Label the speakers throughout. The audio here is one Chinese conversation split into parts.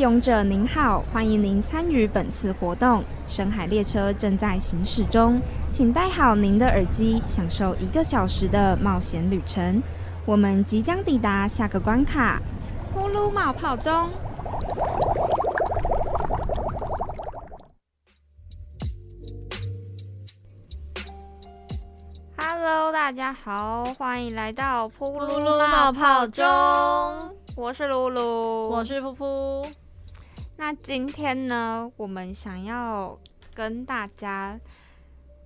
Speaker 1: 勇者您好，欢迎您参与本次活动。深海列车正在行驶中，请戴好您的耳机，享受一个小时的冒险旅程。我们即将抵达下个关卡——呼噜冒泡钟。Hello，大家好，欢迎来到呼
Speaker 2: 噜噜冒泡钟。
Speaker 1: 我是露露，
Speaker 2: 我是噗噗。
Speaker 1: 那今天呢，我们想要跟大家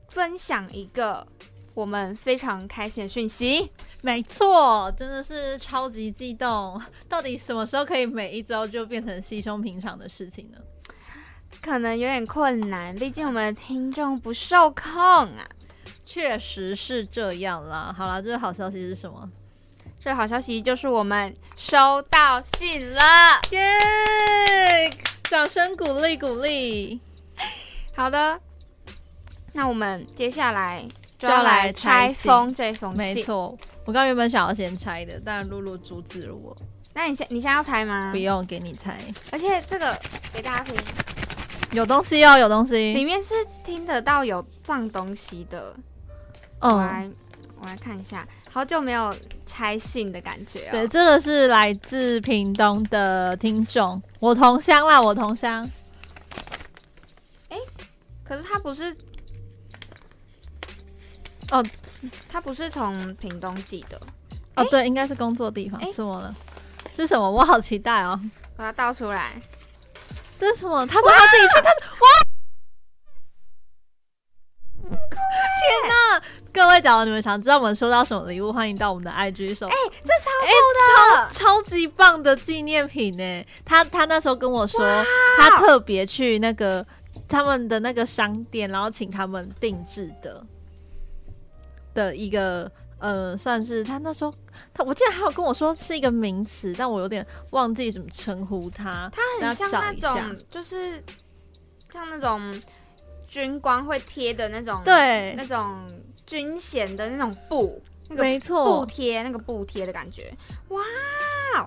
Speaker 1: 分享一个我们非常开心的讯息。
Speaker 2: 没错，真的是超级激动。到底什么时候可以每一周就变成稀松平常的事情呢？
Speaker 1: 可能有点困难，毕竟我们的听众不受控啊。
Speaker 2: 确实是这样啦。好啦，这个好消息是什么？
Speaker 1: 最好消息就是我们收到信了，
Speaker 2: 耶、掌声鼓励鼓励。
Speaker 1: 好的，那我们接下来就
Speaker 2: 就要
Speaker 1: 要来
Speaker 2: 来
Speaker 1: 拆
Speaker 2: 拆
Speaker 1: 封这封
Speaker 2: 没
Speaker 1: 信。
Speaker 2: 错，我刚原本想要先拆的，但露露阻止了我，
Speaker 1: 那你先，你现在要拆吗
Speaker 2: 不？用给你拆。
Speaker 1: 而且这个给大家听，
Speaker 2: 有东西哦，有东
Speaker 1: 里
Speaker 2: 西。
Speaker 1: 面是听得到有放东西的。我
Speaker 2: 嗯，
Speaker 1: 来，我来看一下，好久没有拆信的感觉
Speaker 2: 对，
Speaker 1: 哦。
Speaker 2: 这个是来自屏东的听众，我同乡啦，我同乡。
Speaker 1: 可是他不是，
Speaker 2: 哦，
Speaker 1: 他不是从屏东寄的。
Speaker 2: 哦，对，应该是工作地方
Speaker 1: 诶。
Speaker 2: 怎么了？是什么？我好期待哦。
Speaker 1: 我要倒出来，
Speaker 2: 这是什么？他说他自己去，他哇！天哪！各位，假如你们想知道我们收到什么礼物，欢迎到我们的 IG 收。哎、
Speaker 1: 这超酷的。
Speaker 2: 超级棒的纪念品呢！他他那时候跟我说，他特别去那个他们的那个商店，然后请他们定制的的一个呃，算是他那时候他我记得还有跟我说是一个名词，但我有点忘记怎么称呼他。
Speaker 1: 它很像
Speaker 2: 大
Speaker 1: 那
Speaker 2: 家找一下
Speaker 1: 种，就是像那种军官会贴的那种，，
Speaker 2: 对，
Speaker 1: 那种军衔的那种布，那个
Speaker 2: 没
Speaker 1: 布
Speaker 2: 错，
Speaker 1: 贴，那个布贴的感觉，哇，哦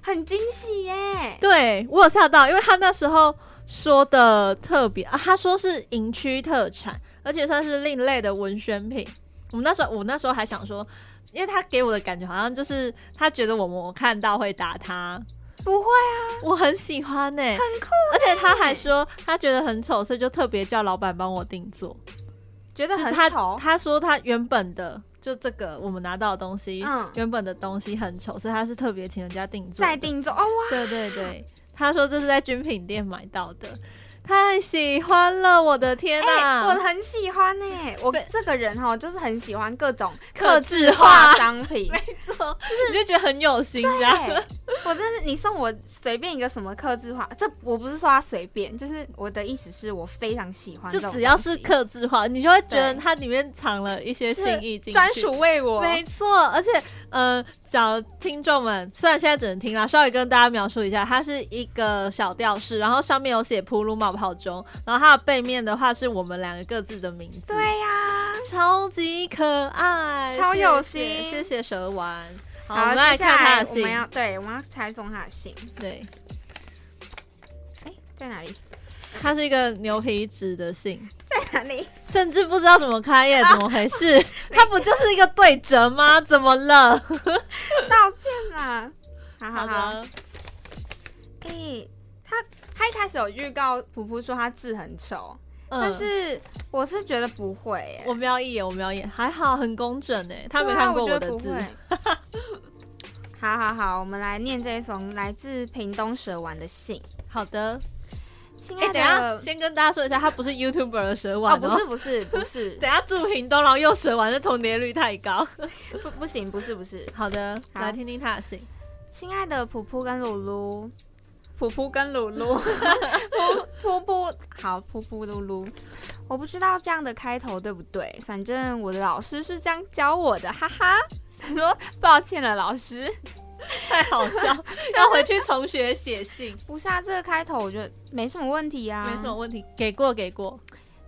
Speaker 1: 很惊喜耶！
Speaker 2: 对我有吓到，因为他那时候说的特别啊，他说是营区特产，而且算是另类的文宣品。我们那时候，我那时候还想说，因为他给我的感觉好像就是他觉得我们我看到会打他，
Speaker 1: 不会啊
Speaker 2: 我很喜欢 呢、很酷、而且他还说他觉得很丑，所以就特别叫老板帮我定做。
Speaker 1: 觉得很
Speaker 2: 他
Speaker 1: 丑，
Speaker 2: 他说他原本的就这个我们拿到的东西，
Speaker 1: 嗯
Speaker 2: 原本的东西很丑，所以他是特别请人家定做的。
Speaker 1: 再定做哦 哇，
Speaker 2: 对对对，他说这是在军品店买到的，太喜欢了，我的啊天
Speaker 1: 哎、
Speaker 2: 呐！
Speaker 1: 我很喜欢呢、 我
Speaker 2: 对
Speaker 1: 这个人哈，就是很喜欢各种
Speaker 2: 客
Speaker 1: 制
Speaker 2: 制
Speaker 1: 化
Speaker 2: 化
Speaker 1: 商 品，
Speaker 2: 你就觉得很有心这样。
Speaker 1: 对，我真的，你送我随便一个什么刻字化，这我不是说它随便，就是我的意思是我非常喜欢这
Speaker 2: 就
Speaker 1: 种东西，
Speaker 2: 只要是刻字化，你就会觉得
Speaker 1: 对
Speaker 2: 它里面藏了一些
Speaker 1: 就
Speaker 2: 心
Speaker 1: 是
Speaker 2: 意进去。
Speaker 1: 专属为我，
Speaker 2: 没错，而且呃，小听众们，虽然现在只能听啦，稍微跟大家描述一下，它是一个小吊饰，然后上面有写“普鲁冒泡钟”，然后它的背面的话是我们两个各自的名字。
Speaker 1: 对呀、
Speaker 2: 超级可爱，
Speaker 1: 超有
Speaker 2: 谢谢
Speaker 1: 心
Speaker 2: 谢谢蛇丸。好，我
Speaker 1: 好，
Speaker 2: 们来
Speaker 1: 接下
Speaker 2: 看他
Speaker 1: 来
Speaker 2: 的
Speaker 1: 我
Speaker 2: 信
Speaker 1: 们。要对，我们要拆封他的信，
Speaker 2: 对，
Speaker 1: 哎、在哪里？
Speaker 2: 它是一个牛皮纸的信，
Speaker 1: 在哪里？
Speaker 2: 甚至不知道怎么开页，怎么 回事？它不就是一个对折吗？怎么了？
Speaker 1: 道歉啦，好好好，
Speaker 2: 的，
Speaker 1: 哎、他他一开始有预告普普说他字很丑，
Speaker 2: 嗯
Speaker 1: 但是我是觉得不会、耶。
Speaker 2: 我瞄一眼，我瞄一眼，还好，很工整诶。他
Speaker 1: 对
Speaker 2: 没
Speaker 1: 啊
Speaker 2: 看过
Speaker 1: 我觉得
Speaker 2: 的
Speaker 1: 不
Speaker 2: 字
Speaker 1: 会， 好好好，我们来念这一首来自屏东蛇丸的信。
Speaker 2: 好的，
Speaker 1: 亲
Speaker 2: 哎、
Speaker 1: 爱
Speaker 2: 等一下
Speaker 1: 的，
Speaker 2: 先跟大家说一下，他不是 YouTuber 的蛇丸、
Speaker 1: 哦，不是。不是不 是，
Speaker 2: 等一下住屏东，然后又蛇丸，这重叠率太高。
Speaker 1: 不不行不是不是。
Speaker 2: 好的，
Speaker 1: 好
Speaker 2: 来听听他的信。
Speaker 1: 亲爱的普普跟鲁鲁，普普跟鲁鲁， 普普普好普普鲁鲁，我不知道这样的开头对不对，反正我的老师是这样教我的，哈哈。他说抱歉了，老师。
Speaker 2: 太好笑， 要回去重学写信，
Speaker 1: 不是啊，这个开头我觉得没什么问题啊，
Speaker 2: 没什么问题，给过给过，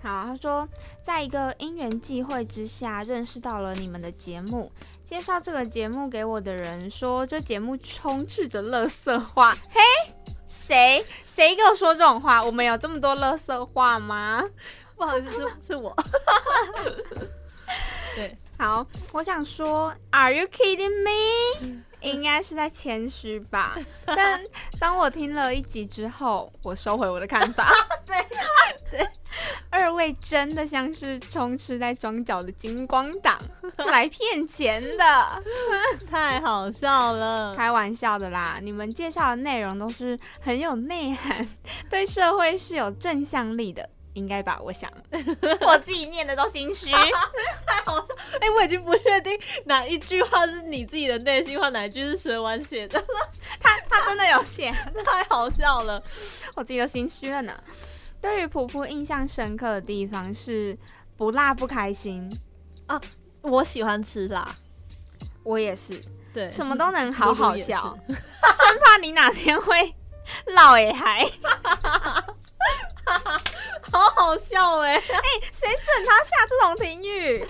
Speaker 1: 好，他说，在一个因缘际会之下，认识到了你们的节目。介绍这个节目给我的人说，这节目充斥着垃圾话，嘿，谁谁给我说这种话？我们有这么多垃圾话吗？
Speaker 2: 不好意思， 是是我。对，
Speaker 1: 好，我想说，Are you kidding me？应该是在谦虚吧。但当我听了一集之后，我收回我的看 法。
Speaker 2: 对对，
Speaker 1: 二位真的像是充斥在装脚的金光党，是来骗钱 的。
Speaker 2: 太好笑了。
Speaker 1: 开玩笑的啦，你们介绍的内容都是很有内涵， 对社会是有正向力的。应该吧，我想， 我自己念的都心虚。
Speaker 2: 太好笑！哎、我已经不确定哪一句话是你自己的内心话，哪一句是蛇丸写的，
Speaker 1: 他他真的有写，
Speaker 2: 太好笑了。
Speaker 1: 我自己都心虚了呢。对于普普印象深刻的地方是不辣不开心，
Speaker 2: 我喜欢吃辣，
Speaker 1: 我也是，
Speaker 2: 对，嗯
Speaker 1: 什么都能好好
Speaker 2: 我
Speaker 1: 笑
Speaker 2: 也，
Speaker 1: 生怕你哪天会老也还。
Speaker 2: 好好笑哎、
Speaker 1: 谁准他下这种评 语？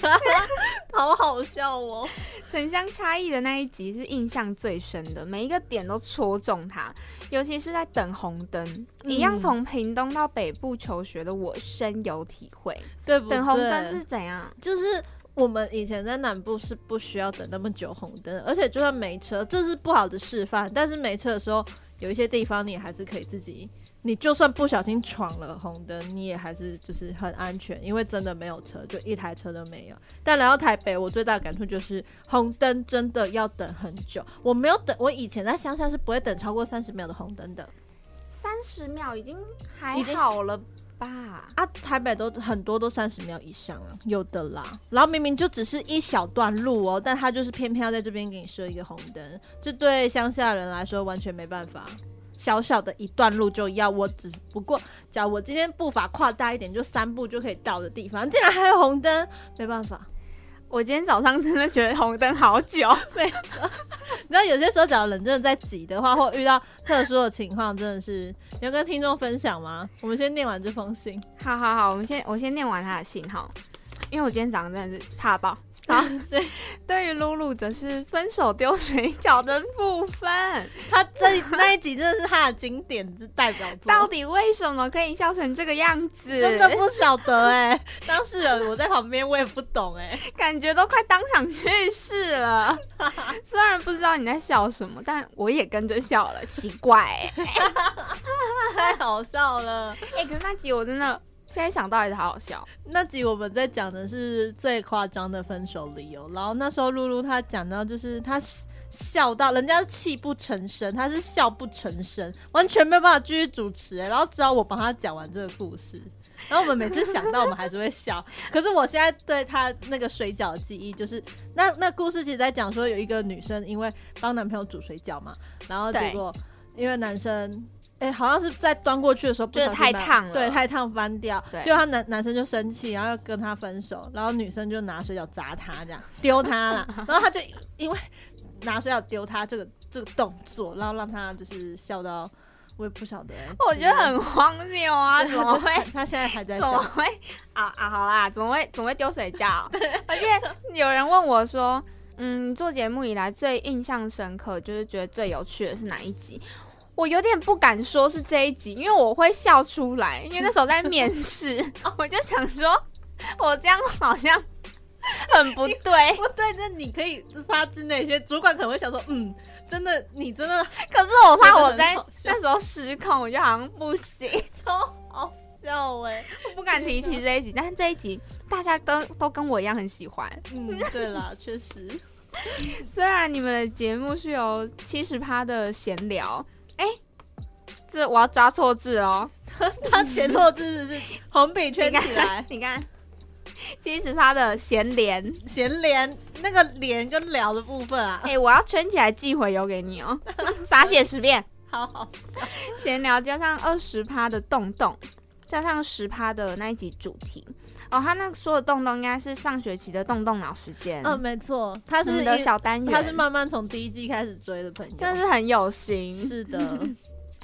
Speaker 2: 好好笑哦。
Speaker 1: 城乡差异的那一集是印象最深的，每一个点都戳中他，尤其是在等红灯。
Speaker 2: 嗯
Speaker 1: 一样从屏东到北部求学的我深有体会。
Speaker 2: 对哦不对？
Speaker 1: 等红灯是怎样？
Speaker 2: 就是我们以前在南部是不需要等那么久红灯，而且就算没车，这是不好的示范。但是没车的时候，有一些地方你还是可以自己，你就算不小心闯了红灯，你也还是就是很安全，因为真的没有车，就一台车都没有。但来到台北，我最大的感触就是红灯真的要等很久。我没有等，我以前在乡下是不会等超过三十秒的红灯的
Speaker 1: 三十秒已经还
Speaker 2: 已经
Speaker 1: 好了吧？
Speaker 2: 啊，台北都很多都三十秒以上啊，有的啦。然后明明就只是一小段路哦，但他就是偏偏要在这边给你设一个红灯，这对乡下人来说完全没办法。小小的一段路就要，我只不过，假如我今天步伐跨大一点，就三步就可以到的地方，竟然还有红灯，没办 法。
Speaker 1: 我今天早上真的觉得红灯好久，
Speaker 2: 你知道有些时候，假如人真的在挤的话，或遇到特殊的情况，真的是你要跟听众分享吗？我们先念完这封信。
Speaker 1: 好好好，我们先我先念完他的信哈，因为我今天早上真的是怕 爆。好，对，对于露露则是分手丢水饺的部分，
Speaker 2: 他 这那一集真的是他的经典之代表作，
Speaker 1: 到底为什么可以笑成这个样子？
Speaker 2: 真的不晓得哎、 当事人我在旁边我也不懂哎、
Speaker 1: 感觉都快当场去世了。 虽然不知道你在笑什么，但我也跟着笑了，奇 怪、欸。
Speaker 2: 太好笑了。
Speaker 1: 哎、可是那集我真的现在想到也是好好笑。
Speaker 2: 那集我们在讲的是最夸张的分手理由，然后那时候露露她讲到就是她笑到人家泣不成声，她是笑不成声，完全没有办法继续主持、欸，然后只好我帮她讲完这个故事。 然后我们每次想到，我们还是会笑。可是我现在对她那个水饺的记忆，就是那那故事其实在讲说，有一个女生因为帮男朋友煮水饺嘛，然后结
Speaker 1: 对
Speaker 2: 果因为男生哎、好像是在端过去的时候不
Speaker 1: 就是
Speaker 2: 小心
Speaker 1: 太
Speaker 2: 把
Speaker 1: 烫了
Speaker 2: 对，太烫翻掉。
Speaker 1: 对
Speaker 2: 就他男男生就生气，然后要跟他分手，然后女生就拿水饺砸他，这样丢 他啦。然后他就因为拿水饺丢他这个这个动作，然后让他就是笑到我也不晓得欸、
Speaker 1: 我觉得很荒谬 啊，
Speaker 2: 就是
Speaker 1: 怎么会？
Speaker 2: 他现在还在
Speaker 1: 怎么
Speaker 2: 笑？
Speaker 1: 会啊啊？好啦，怎么会怎么会丢水 饺？而且有人问我说，嗯，做节目以来最印象深刻，就是觉得最有趣的是哪一集？我有点不敢说是这一集，因为我会笑出来，因为那时候在面 试，我就想说，我这样好像很不 对，
Speaker 2: 不对，那你可以发自内心，主管可能会想说，嗯，真的，你真的
Speaker 1: 可是我怕我在
Speaker 2: 真的很好笑
Speaker 1: 那时候失控，我就好像不行，
Speaker 2: 超好笑哎、
Speaker 1: 我不敢提起这一集。但是这一集大家都都跟我一样很喜欢，
Speaker 2: 嗯，对啦，确实，
Speaker 1: 虽然你们的节目是有七十趴的闲聊，哎、这我要抓错字哦，
Speaker 2: 他写错字是不是 红笔圈
Speaker 1: 你看
Speaker 2: 起 来，
Speaker 1: 你看，七十趴的闲聊，
Speaker 2: 闲连那个连跟聊的部分啊
Speaker 1: 哎、，我要圈起来寄回邮给你 哦，傻写十遍，
Speaker 2: 好好
Speaker 1: 闲聊加上二十趴的洞洞，加上十趴的那一集主题，哦，他那说的洞洞应该是上学期的洞洞脑时间，
Speaker 2: 嗯，没错，他
Speaker 1: 我
Speaker 2: 是
Speaker 1: 们的
Speaker 2: 一
Speaker 1: 小单元，
Speaker 2: 他是慢慢从第一季开始追的朋友，
Speaker 1: 真的是很有心，
Speaker 2: 是 的，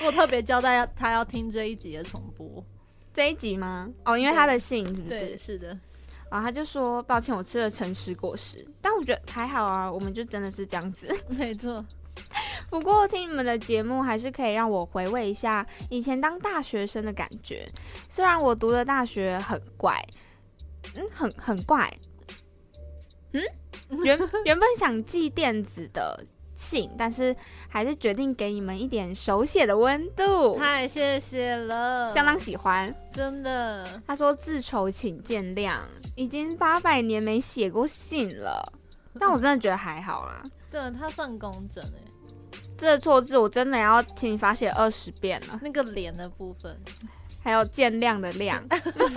Speaker 2: 我特别交代他要听这一集的重播，
Speaker 1: 这一集吗？哦，因为他的信是不是？
Speaker 2: 对，是的，
Speaker 1: 然后他就说：“抱歉，我吃了诚实果实。”但我觉得还好啊，我们就真的是这样子。
Speaker 2: 没错，
Speaker 1: 不过听你们的节目还是可以让我回味一下以前当大学生的感觉。虽然我读的大学很怪，嗯，很很怪，嗯，原原本想寄电子的信，但是还是决定给你们一点手写的温度，
Speaker 2: 太谢谢了，
Speaker 1: 相当喜欢。
Speaker 2: 真的。
Speaker 1: 他说自丑请见谅，已经八百年没写过信了，但我真的觉得还好啦。
Speaker 2: 对，他算工整哎、
Speaker 1: 这个错字我真的要请你罚写二十遍了，
Speaker 2: 那个脸的部分，
Speaker 1: 还有见谅的谅，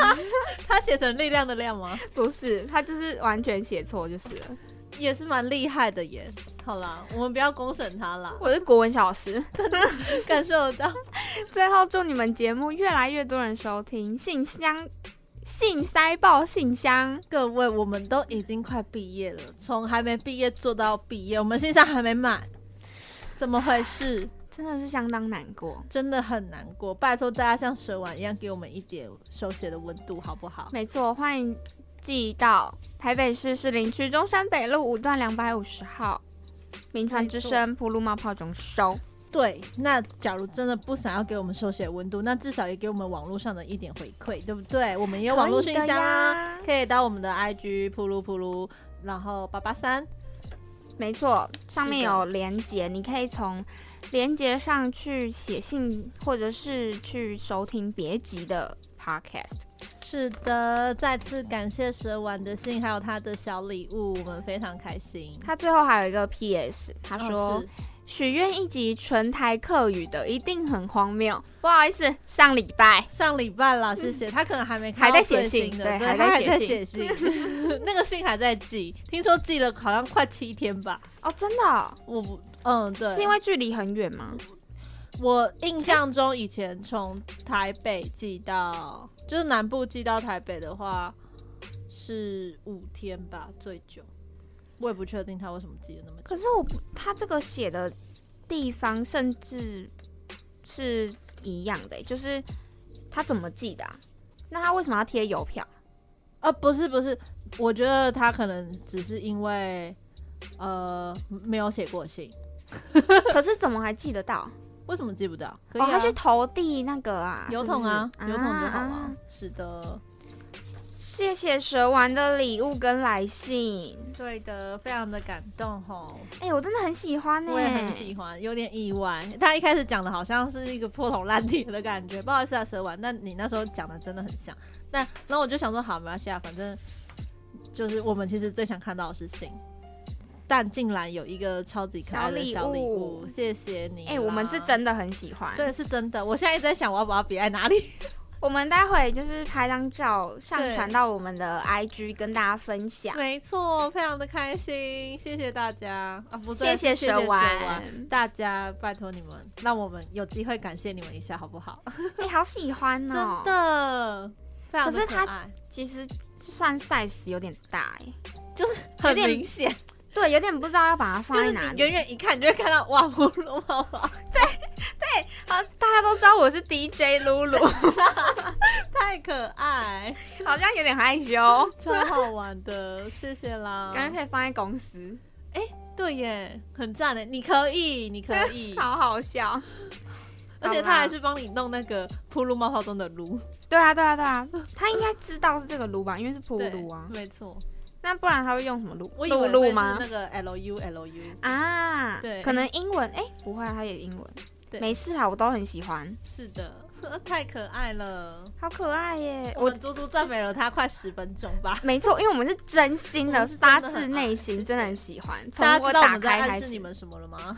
Speaker 2: 他写成力量的量吗？
Speaker 1: 不是，他就是完全写错就是了。
Speaker 2: 也是蛮厉害的耶。好啦，我们不要公审 他啦，
Speaker 1: 我是国文小师。
Speaker 2: 感受到。
Speaker 1: 最后祝你们节目越来越多人收听，信箱。信塞爆信箱，
Speaker 2: 各位，我们都已经快毕业了，从还没毕业做到毕业，我们信上还没满，怎么回事？
Speaker 1: 真的是相当难过。
Speaker 2: 真的很难过。拜托大家像水碗一样给我们一点手写的温度，好不好？
Speaker 1: 没错，欢迎寄到台北市士林区中山北路五段两百五十号，名传之声铺路冒泡中收。
Speaker 2: 对，那假如真的不想要给我们手写温度，那至少也给我们网络上的一点回馈，对不对？我们也有网络
Speaker 1: 可以
Speaker 2: 信
Speaker 1: 的
Speaker 2: 箱啊
Speaker 1: 呀，
Speaker 2: 可以到我们的 IG 噗噜噗噜，然后八八三，
Speaker 1: 没错，上面
Speaker 2: 是的
Speaker 1: 有连接，你可以从连接上去写信，或者是去收听别集的 podcast。
Speaker 2: 是的，再次感谢蛇丸的信，还有他的小礼物，我们非常开心。
Speaker 1: 他最后还有一个 PS，他
Speaker 2: 哦
Speaker 1: 说
Speaker 2: 是
Speaker 1: 许愿一集纯台客语的一定很荒谬，不好意思，上礼拜
Speaker 2: 上礼拜了，谢谢。他可能还没看
Speaker 1: 嗯还在
Speaker 2: 到最
Speaker 1: 写信
Speaker 2: 新的，
Speaker 1: 对
Speaker 2: 对，
Speaker 1: 还
Speaker 2: 他
Speaker 1: 在
Speaker 2: 还
Speaker 1: 写
Speaker 2: 在
Speaker 1: 信
Speaker 2: 写信， 那个信还在寄，听说寄了好像快七天吧。
Speaker 1: 哦，真的哦、
Speaker 2: 我不，嗯，对，
Speaker 1: 是因为距离很远吗？
Speaker 2: 我印象中以前从台北寄到，就是南部寄到台北的话是五天吧，最久。我也不确定他为什么寄了那么久。
Speaker 1: 可是我不他这个写的地方甚至是一样的欸、就是他怎么寄的、啊？那他为什么要贴邮 票？
Speaker 2: 啊，不是不是，我觉得他可能只是因为呃没有写过信，
Speaker 1: 可是怎么还寄得到？
Speaker 2: 为什么寄不到？可以、
Speaker 1: 哦，
Speaker 2: 啊
Speaker 1: 他去投递那个啊，
Speaker 2: 邮筒啊，
Speaker 1: 是不
Speaker 2: 邮
Speaker 1: 是
Speaker 2: 筒就好了。
Speaker 1: 啊
Speaker 2: 是的，
Speaker 1: 谢谢蛇丸的礼物跟来信，
Speaker 2: 对的，非常的感动吼。
Speaker 1: 哎、我真的很喜欢欸呢、
Speaker 2: 我也很喜欢，有点意外。他一开始讲的好像是一个破铜烂铁的感觉，不好意思啊，蛇丸。但你那时候讲的真的很像。那然后我就想说，好，没关系啊，反正就是我们其实最想看到的是信，但竟然有一个超级可爱的小礼
Speaker 1: 小礼
Speaker 2: 物
Speaker 1: 物，
Speaker 2: 谢谢你啦。
Speaker 1: 哎、我们是真的很喜欢。
Speaker 2: 对，是真的。我现在一直在想，我要把它比在哪里？
Speaker 1: 我们待会就是拍张照，上
Speaker 2: 对
Speaker 1: 传到我们的 IG 跟大家分 享。
Speaker 2: 没错，非常的开心，谢谢大家啊！不对，
Speaker 1: 谢谢
Speaker 2: 谢
Speaker 1: 蛇丸
Speaker 2: 丸大家拜托你们，让我们有机会感谢你们一下，好不好？
Speaker 1: 哎、好喜欢哦！
Speaker 2: 真，的，非常的
Speaker 1: 可是它
Speaker 2: 爱
Speaker 1: 其实算 size 有点大哎、
Speaker 2: 很
Speaker 1: 点
Speaker 2: 明显，
Speaker 1: 对，有点不知道要把它 放
Speaker 2: 就
Speaker 1: 在
Speaker 2: 是
Speaker 1: 哪
Speaker 2: 你
Speaker 1: 里。
Speaker 2: 远远一看，你就会看到哇，葫芦娃娃，
Speaker 1: 好，啊大家都知道我是 DJ 露露，
Speaker 2: 太可爱，
Speaker 1: 好像有点害 羞，
Speaker 2: 超好玩的，谢谢啦。
Speaker 1: 感觉可以放在公司，，
Speaker 2: 对耶，很赞的，你可以，你可以
Speaker 1: 好好笑。
Speaker 2: 而
Speaker 1: 好
Speaker 2: 且他
Speaker 1: 啦
Speaker 2: 还是帮你弄那个铺路冒泡中的路，
Speaker 1: 对啊，对啊，对啊，他应该知道是这个撸吧，因为是铺
Speaker 2: 对
Speaker 1: 撸啊。
Speaker 2: 没错。
Speaker 1: 那不然他会用什么撸？
Speaker 2: 我以
Speaker 1: 露
Speaker 2: 为
Speaker 1: 露
Speaker 2: 会是
Speaker 1: 吗？
Speaker 2: 那个 L U L U，
Speaker 1: 啊，
Speaker 2: 对
Speaker 1: 可能英文哎、不会啊，他也英文，
Speaker 2: 对
Speaker 1: 没事啦，我都很喜欢，
Speaker 2: 是的， 太可爱了。
Speaker 1: 好可爱耶！
Speaker 2: 我
Speaker 1: 我
Speaker 2: 们足足赞美了他快十分钟吧。
Speaker 1: 没错，因为我们是真心的，
Speaker 2: 我们是真的
Speaker 1: 发
Speaker 2: 很
Speaker 1: 自
Speaker 2: 爱
Speaker 1: 内
Speaker 2: 谢
Speaker 1: 心，
Speaker 2: 谢
Speaker 1: 真的很喜欢。从
Speaker 2: 大家
Speaker 1: 我
Speaker 2: 知道我
Speaker 1: 打
Speaker 2: 们在
Speaker 1: 开
Speaker 2: 暗
Speaker 1: 开
Speaker 2: 示
Speaker 1: 始
Speaker 2: 你，们什么了吗？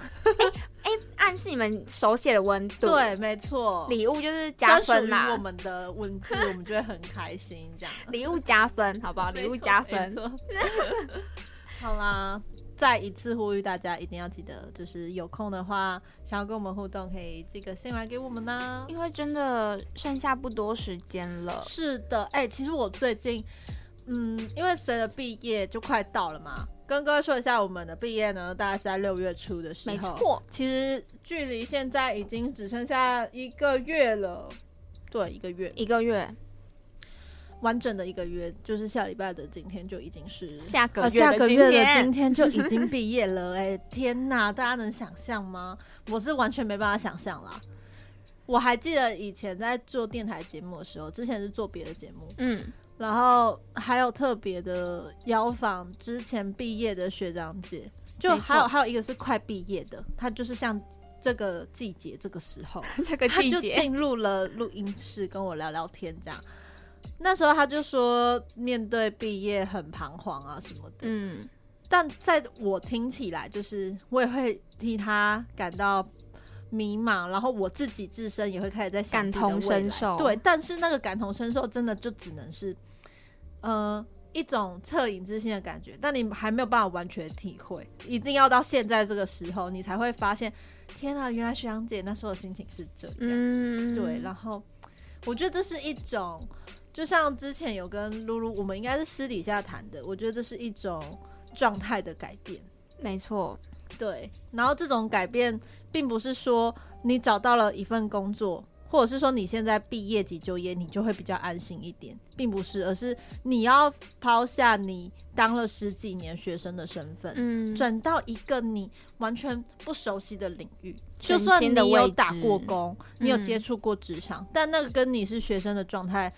Speaker 1: 哎、暗示你们手写的温度，，
Speaker 2: 对，没错，
Speaker 1: 礼物就是加分
Speaker 2: 专属于我
Speaker 1: 啦，
Speaker 2: 们的文字，我们就会很开心这样。
Speaker 1: 礼物加分，好不好？礼物加分
Speaker 2: 没，错。没错 好啦，再一次呼吁大家一定要记得，就是有空的话，想要跟我们互动，可以寄个信来给我们啊呢。
Speaker 1: 因为真的剩下不多时间了，
Speaker 2: 是的，哎、其实我最近，嗯，因为随着毕业就快到了嘛，跟各位说一下，我们的毕业呢，大概是在六月初的时候。
Speaker 1: 没错，
Speaker 2: 其实距离现在已经只剩下一个月了，对，一个月。
Speaker 1: 一个月，
Speaker 2: 完整的一个月，就是下礼拜的今天就已经是
Speaker 1: 下个
Speaker 2: 啊
Speaker 1: 月
Speaker 2: 下
Speaker 1: 的
Speaker 2: 个
Speaker 1: 今
Speaker 2: 月的
Speaker 1: 天，
Speaker 2: 今天就已经毕业了、哎， 天哪，大家能想象吗？我是完全没办法想象啦。我还记得以前在做电台节目的时候，之前是做别的节目，
Speaker 1: 嗯，
Speaker 2: 然后还有特别的邀访之前毕业的学长姐，就
Speaker 1: 没错
Speaker 2: 还有还有一个是快毕业的，他就是像这个季节 这个时候，
Speaker 1: 这 个
Speaker 2: 他
Speaker 1: 季
Speaker 2: 就
Speaker 1: 节
Speaker 2: 进入了录音室跟我聊聊天这样。那时候他就说面对毕业很彷徨啊什么的，
Speaker 1: 嗯，
Speaker 2: 但在我听起来，就是我也会替他感到迷茫，然后我自己自身也会开始在想
Speaker 1: 感
Speaker 2: 自己的
Speaker 1: 同
Speaker 2: 未
Speaker 1: 身
Speaker 2: 来
Speaker 1: 受
Speaker 2: 对，但是那个感同身受真的就只能是，呃，一种恻隐之心的感觉，但你还没有办法完全体会，一定要到现在这个时候，你才会发现，天啊，原来学长姐那时候的心情是这样。
Speaker 1: 嗯，
Speaker 2: 对，然后我觉得这是一种，就像之前有跟露露，我们应该是私底下谈的，我觉得这是一种状态的改变。
Speaker 1: 嗯没错，
Speaker 2: 对，然后这种改变并不是说你找到了一份工作，或者是说你现在毕业即就业，你就会比较安心一点，并不是，而是你要抛下你当了十几年学生的身份，
Speaker 1: 嗯，
Speaker 2: 转到一个你完全不熟悉的领域，
Speaker 1: 全
Speaker 2: 就
Speaker 1: 新
Speaker 2: 算你
Speaker 1: 的位
Speaker 2: 有
Speaker 1: 置
Speaker 2: 打过工，你有
Speaker 1: 嗯
Speaker 2: 接触过职场，但那个跟你是学生的状态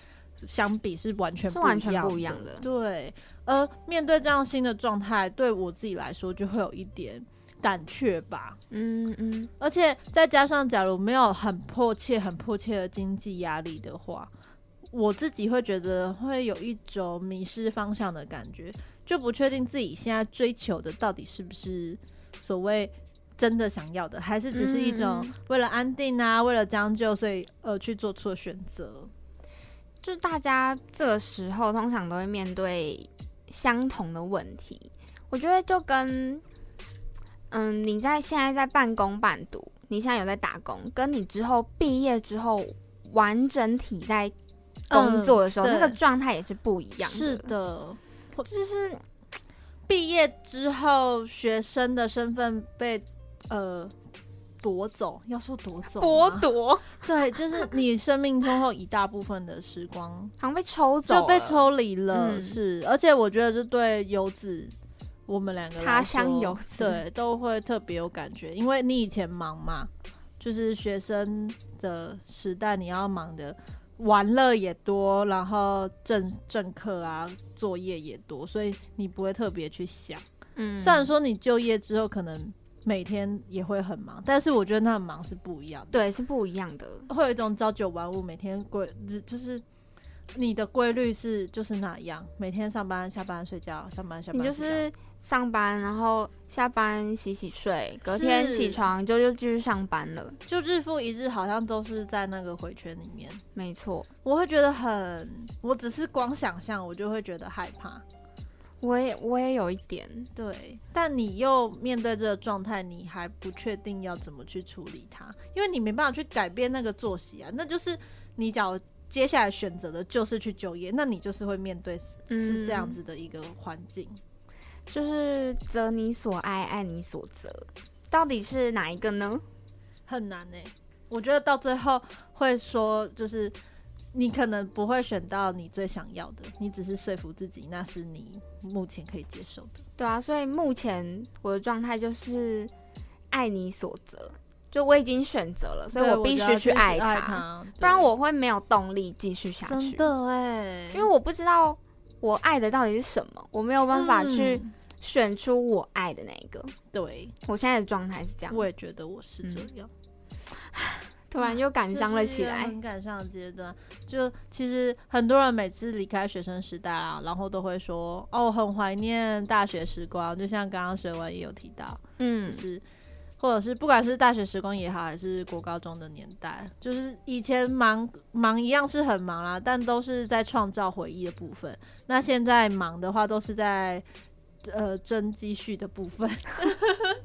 Speaker 2: 相比是完全
Speaker 1: 是
Speaker 2: 不
Speaker 1: 完全不
Speaker 2: 一
Speaker 1: 一
Speaker 2: 样
Speaker 1: 样的
Speaker 2: 对，而面对这样新的状态，对我自己来说就会有一点胆怯吧。
Speaker 1: 嗯嗯，
Speaker 2: 而且再加上，假如没有很迫切、很迫切的经济压力的话，我自己会觉得会有一种迷失方向的感觉，就不确定自己现在追求的到底是不是所谓真的想要的，还是只是一种
Speaker 1: 嗯嗯
Speaker 2: 为了安定啊、为了将就，所以呃去做出的选择。
Speaker 1: 就大家这个时候通常都会面对相同的问题，我觉得就跟，嗯，你在现在在半工半读，你现在有在打工，跟你之后毕业之后完整体在工作的时候，
Speaker 2: 嗯对
Speaker 1: 那个状态也是不一样的。
Speaker 2: 是，的，
Speaker 1: 就是
Speaker 2: 啊毕业之后学生的身份被呃夺走，要说夺走吗
Speaker 1: 剥夺，
Speaker 2: 对，就是你生命中后一大部分的时 光
Speaker 1: 好像被抽走，
Speaker 2: 就被。抽离了，
Speaker 1: 嗯
Speaker 2: 是，而且我觉得这对游子，我们两个来
Speaker 1: 他乡
Speaker 2: 说
Speaker 1: 游子
Speaker 2: 对都会特别有感觉，因为你以前忙嘛，就是学生的时代，你要忙的玩乐也多，然后政政课啊作业也多，所以你不会特别去想。
Speaker 1: 嗯，
Speaker 2: 虽然说你就业之后可能每天也会很忙，但是我觉得那忙是不一样的。
Speaker 1: 对是不一样的，
Speaker 2: 会有一种朝九晚五，每天规日就是你的规律是就是那样，每天上班下班睡觉，上班下班
Speaker 1: 你就
Speaker 2: 睡觉
Speaker 1: 是上班，然后下班洗洗睡，隔天
Speaker 2: 是
Speaker 1: 起床就又继续上班了。
Speaker 2: 就日复一日，好像都是在那个回圈里面。
Speaker 1: 没错，
Speaker 2: 我会觉得很，我只是光想象，我就会觉得害怕。
Speaker 1: 我也我也有一点，
Speaker 2: 对，但你又面对这个状态，你还不确定要怎么去处理它，因为你没办法去改变那个作息啊。那就是你假如接下来选择的就是去就业，那你就是会面对是是这样
Speaker 1: 嗯
Speaker 2: 子的一个环境。
Speaker 1: 就是择你所爱，爱你所择，到底是哪一个呢？
Speaker 2: 很难呢、我觉得到最后会说，就是你可能不会选到你最想要的，你只是说服自己那是你目前可以接受的。
Speaker 1: 对啊，所以目前我的状态就是爱你所择，就我已经选择了，所以
Speaker 2: 对
Speaker 1: 必须
Speaker 2: 去
Speaker 1: 去爱
Speaker 2: 它，
Speaker 1: 不然
Speaker 2: 对
Speaker 1: 我会没有动力继续下
Speaker 2: 真
Speaker 1: 去，
Speaker 2: 的哎、
Speaker 1: 因为我不知道我爱的到底是什么，我没有办法去
Speaker 2: 嗯
Speaker 1: 选出我爱的那一个。
Speaker 2: 对，
Speaker 1: 我现在的状态是这样，
Speaker 2: 我也觉得我是这样，
Speaker 1: 突然又感伤了起
Speaker 2: 这是一个
Speaker 1: 来。
Speaker 2: 很感伤的阶段。就其实很多人每次离开学生时代啊，然后都会说哦，很怀念大学时光，就像刚刚学文也有提到。就
Speaker 1: 嗯，
Speaker 2: 是或者是不管是大学时光也好，还是国高中的年代，就是以前忙忙一样是很忙啦，但都是在创造回忆的部分。那现在忙的话，都是在呃争积蓄的部分。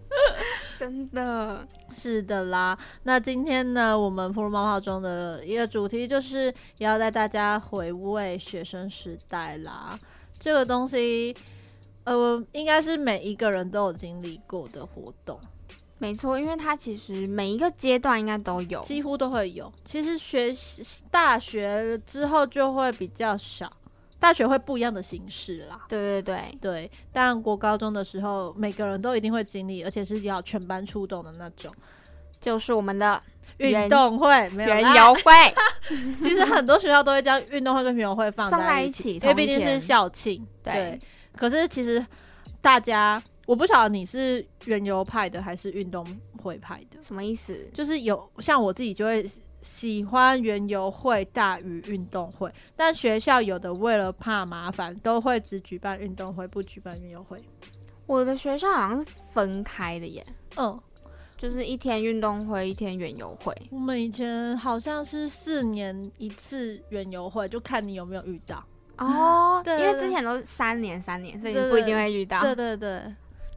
Speaker 1: 真的，
Speaker 2: 是的啦，那今天呢，我们噗噜猫泡中的一个主题就是要带大家回味学生时代啦。这个东西，呃，应该是每一个人都有经历过的活动。
Speaker 1: 没错，因为它其实每一个阶段应该都有。
Speaker 2: 几乎都会有。其实学习大学之后就会比较少，大学会不一样的形式啦。
Speaker 1: 对对对，
Speaker 2: 对，但国高中的时候，每个人都一定会经历，而且是要全班出动的那种
Speaker 1: 就是我们的
Speaker 2: 运动会，没有
Speaker 1: 园
Speaker 2: 啦
Speaker 1: 游会
Speaker 2: 其实很多学校都会将运动会跟平友会放
Speaker 1: 放在
Speaker 2: 一
Speaker 1: 一，起，
Speaker 2: 因为
Speaker 1: 同一
Speaker 2: 毕竟是
Speaker 1: 天
Speaker 2: 校庆。
Speaker 1: 对
Speaker 2: 可是其实大家，我不晓得你是原游派的还是运动会派的，
Speaker 1: 什么意思？
Speaker 2: 就是有像我自己就会喜喜欢原游会大于运动会，但学校有的为了怕麻烦，都会只举办运动会，不举办原游会。
Speaker 1: 我的学校好像是分开的耶，
Speaker 2: 嗯，
Speaker 1: 就是一天运动会，一天园游会。
Speaker 2: 我们以前好像是四年一次原游会，就看你有没有遇到。
Speaker 1: 哦，
Speaker 2: 对
Speaker 1: 因为
Speaker 2: 对
Speaker 1: 之前都是三年三年，所以你
Speaker 2: 对对
Speaker 1: 不一定会遇到。
Speaker 2: 对啊对对，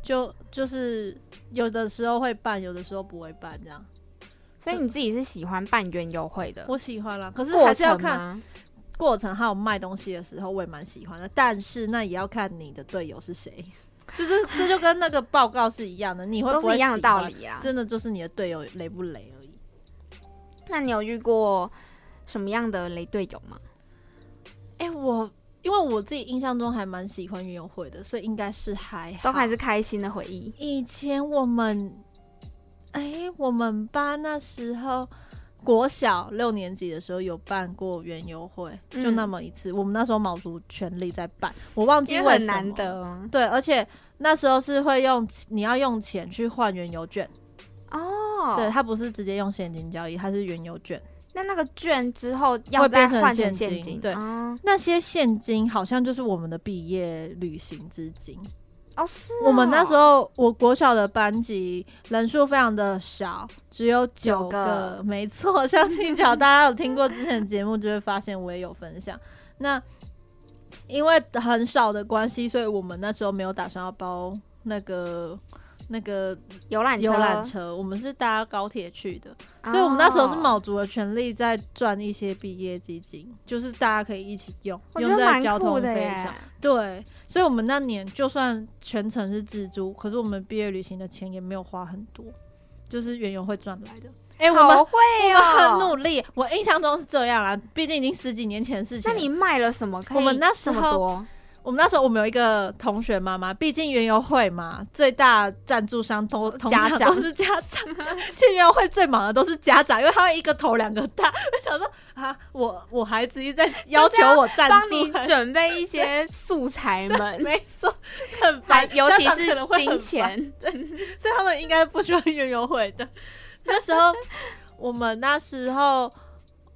Speaker 2: 就就是有的时候会办，有的时候不会办这样。
Speaker 1: 所以你自己是喜欢办园游会的
Speaker 2: 我喜欢啊啦，可是还
Speaker 1: 过
Speaker 2: 是要
Speaker 1: 程啊
Speaker 2: 看
Speaker 1: 吗？
Speaker 2: 过程，还有卖东西的时候，我也蛮喜欢的。但是那也要看你的队友是谁， 就是这就跟那个报告是一样的，你会
Speaker 1: 都
Speaker 2: 不会
Speaker 1: 是一样的
Speaker 2: 喜欢
Speaker 1: 道，理啊。
Speaker 2: 真的就是你的队友雷不雷而已。
Speaker 1: 那你有遇过什么样的雷队友吗？
Speaker 2: 哎、我因为我自己印象中还蛮喜欢运动会的，所以应该是还
Speaker 1: 都还
Speaker 2: 好
Speaker 1: 是开心的回忆。
Speaker 2: 以前我们，哎、我们班那时候国小六年级的时候有办过园游会，
Speaker 1: 嗯
Speaker 2: 就那么一次。我们那时候卯足全力在办，我忘记
Speaker 1: 因为
Speaker 2: 为什
Speaker 1: 很
Speaker 2: 么
Speaker 1: 难。得啊
Speaker 2: 对，而且那时候是会用你要用钱去换园游券，
Speaker 1: 哦。
Speaker 2: 对，，它不是直接用现金交易，它是园游券。
Speaker 1: 那那个券之后要
Speaker 2: 会
Speaker 1: 再
Speaker 2: 变成
Speaker 1: 换成
Speaker 2: 现
Speaker 1: 现
Speaker 2: 金
Speaker 1: 金，
Speaker 2: 对
Speaker 1: 哦，
Speaker 2: 那些现金好像就是我们的毕业旅行资金。
Speaker 1: 哦是
Speaker 2: 我们那时
Speaker 1: 哦
Speaker 2: 候，我国小的班级人数非常的少，只有九
Speaker 1: 九个
Speaker 2: 没错，相信只要大家有听过之前的节目，就会发现我也有分享。那因为很少的关系，所以我们那时候没有打算要包那个那个
Speaker 1: 游览
Speaker 2: 游览
Speaker 1: 车，
Speaker 2: 车，我们是搭高铁去的，所以我们那时候是
Speaker 1: 哦
Speaker 2: 卯足了全力在赚一些毕业基金，就是大家可以一起用，
Speaker 1: 我觉
Speaker 2: 用
Speaker 1: 得
Speaker 2: 在
Speaker 1: 蛮
Speaker 2: 交
Speaker 1: 酷
Speaker 2: 通
Speaker 1: 的
Speaker 2: 费
Speaker 1: 耶
Speaker 2: 上。。对，所以我们那年就算全程是自助，可是我们毕业旅行的钱也没有花很多，就是园游会赚来的。哎、我们
Speaker 1: 好会
Speaker 2: 很
Speaker 1: 哦！
Speaker 2: 努力，我印象中是这样啦，毕竟已经十几年前的事情
Speaker 1: 那
Speaker 2: 了。
Speaker 1: 你卖了什么？可以
Speaker 2: 我们那时
Speaker 1: 这
Speaker 2: 候
Speaker 1: 么多
Speaker 2: 我们那时候我们有一个同学妈妈，毕竟园游会嘛，最大赞助商都通
Speaker 1: 家
Speaker 2: 常
Speaker 1: 长
Speaker 2: 都是家长，其实园游会最忙的都是家长，因为他会一个头两个大。 我想说啊，我我孩子一直在要求我赞
Speaker 1: 帮
Speaker 2: 助，
Speaker 1: 你准备一些素材们，
Speaker 2: 没错，很
Speaker 1: 还
Speaker 2: 烦，
Speaker 1: 尤其
Speaker 2: 家长可
Speaker 1: 是
Speaker 2: 能会
Speaker 1: 金
Speaker 2: 很烦，
Speaker 1: 钱，
Speaker 2: 所以他们应该不喜欢园游会的。 那时候我们那时候。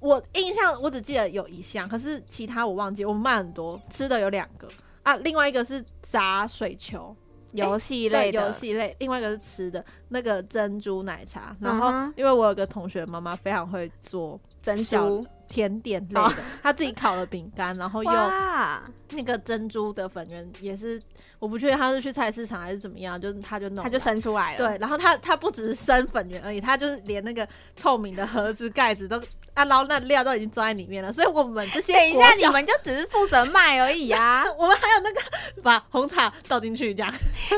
Speaker 2: 我印象我只记得有一项，可是其他我忘记。我们卖很多，吃的有两个啊，另外一个是砸水球，
Speaker 1: 游戏
Speaker 2: 对
Speaker 1: 类的
Speaker 2: 游戏类，另外一个是吃的，那个珍珠奶茶。然后，
Speaker 1: 嗯哼
Speaker 2: 因为我有个同学妈妈非常会做
Speaker 1: 珍
Speaker 2: 小
Speaker 1: 珠
Speaker 2: 甜点类的，她自己烤了饼干，然后用
Speaker 1: 哦哇，
Speaker 2: 那个珍珠的粉圆，也是我不确定她是去菜市场还是怎么样，就是她就弄了，
Speaker 1: 它就生出来了。
Speaker 2: 对，然后她她不只是生粉圆而已，她就是连那个透明的盒子盖子都啊，然后那料都已经装在里面了，所以我们这些
Speaker 1: 等一
Speaker 2: 国
Speaker 1: 下，
Speaker 2: 小
Speaker 1: 你们就只是负责卖而已啊！
Speaker 2: 我们还有那个 把红茶倒进去这样。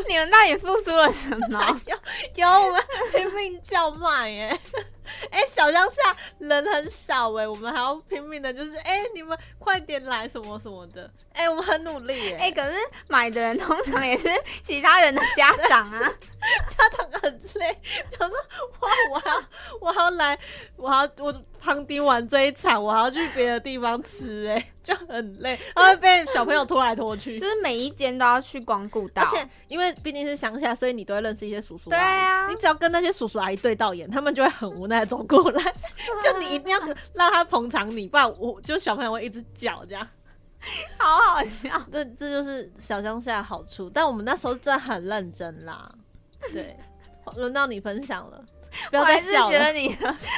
Speaker 1: 你们到底付出了什么？
Speaker 2: 有我们拼命叫卖耶、 哎、小乡下人很少哎、我们还要拼命的，就是哎、你们快点来什么什么的，哎、我们很努力耶、
Speaker 1: 哎、可是买的人通常也是其他人的家长啊。
Speaker 2: 家长很累，想说哇，我还要我还要来，我还要我旁听完这一场，我还要去别的地方吃哎、 就很累，然后会被小朋友拖来拖 去
Speaker 1: 啊就，是每一间都要去光顾到
Speaker 2: 而。且因为毕竟是乡下，所以你都会认识一些叔叔阿
Speaker 1: 对
Speaker 2: 姨。
Speaker 1: 啊
Speaker 2: 你只要跟那些叔叔阿姨对到眼，他们就会很无奈地走过 来，就你一定要让他捧场你，不然我就小朋友会一直叫这样。
Speaker 1: 好好笑。
Speaker 2: 这这就是小乡下的好处，但我们那时候真的很认真啦。对， 轮到你分享了，
Speaker 1: 我
Speaker 2: 不要再
Speaker 1: 还是
Speaker 2: 笑
Speaker 1: 觉
Speaker 2: 了。
Speaker 1: 得
Speaker 2: 哎、
Speaker 1: 你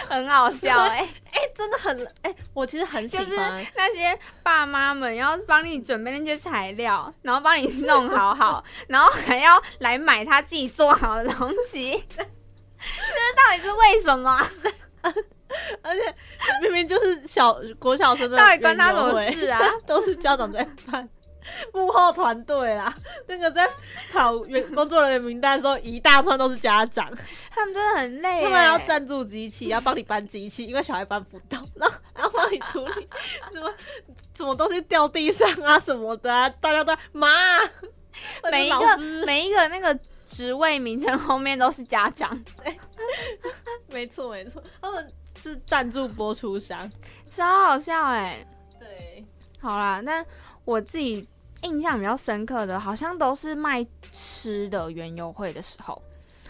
Speaker 1: 很好 笑哎、
Speaker 2: 真的很哎、我其实很喜
Speaker 1: 就是
Speaker 2: 欢。
Speaker 1: 那些爸妈们要帮你准备那些材料，然后帮你弄好好，然后还要来买他自己做好的东西， 这是到底是为什么啊？
Speaker 2: 而且明明就是小国小生的
Speaker 1: 到底关他什么事啊
Speaker 2: 园游会？ 都是家长在办，幕后团队啦。那个在跑员工作人员名单的时候，一大串都是家长，
Speaker 1: 他们真的很累、欸，
Speaker 2: 他们还要赞助机器，要帮你搬机器，因为小孩搬不动，然后还要帮你处理什么什么东西掉地上啊什么的啊，大家都在 妈，
Speaker 1: 每一
Speaker 2: 老
Speaker 1: 个
Speaker 2: 师
Speaker 1: 每一个那个职位名称后面都是家长，
Speaker 2: 没错没错，他们是赞助播出商。
Speaker 1: 超好笑哎、
Speaker 2: 对，
Speaker 1: 好啦，那我自己印象比较深刻的，好像都是卖吃的园游会的时候，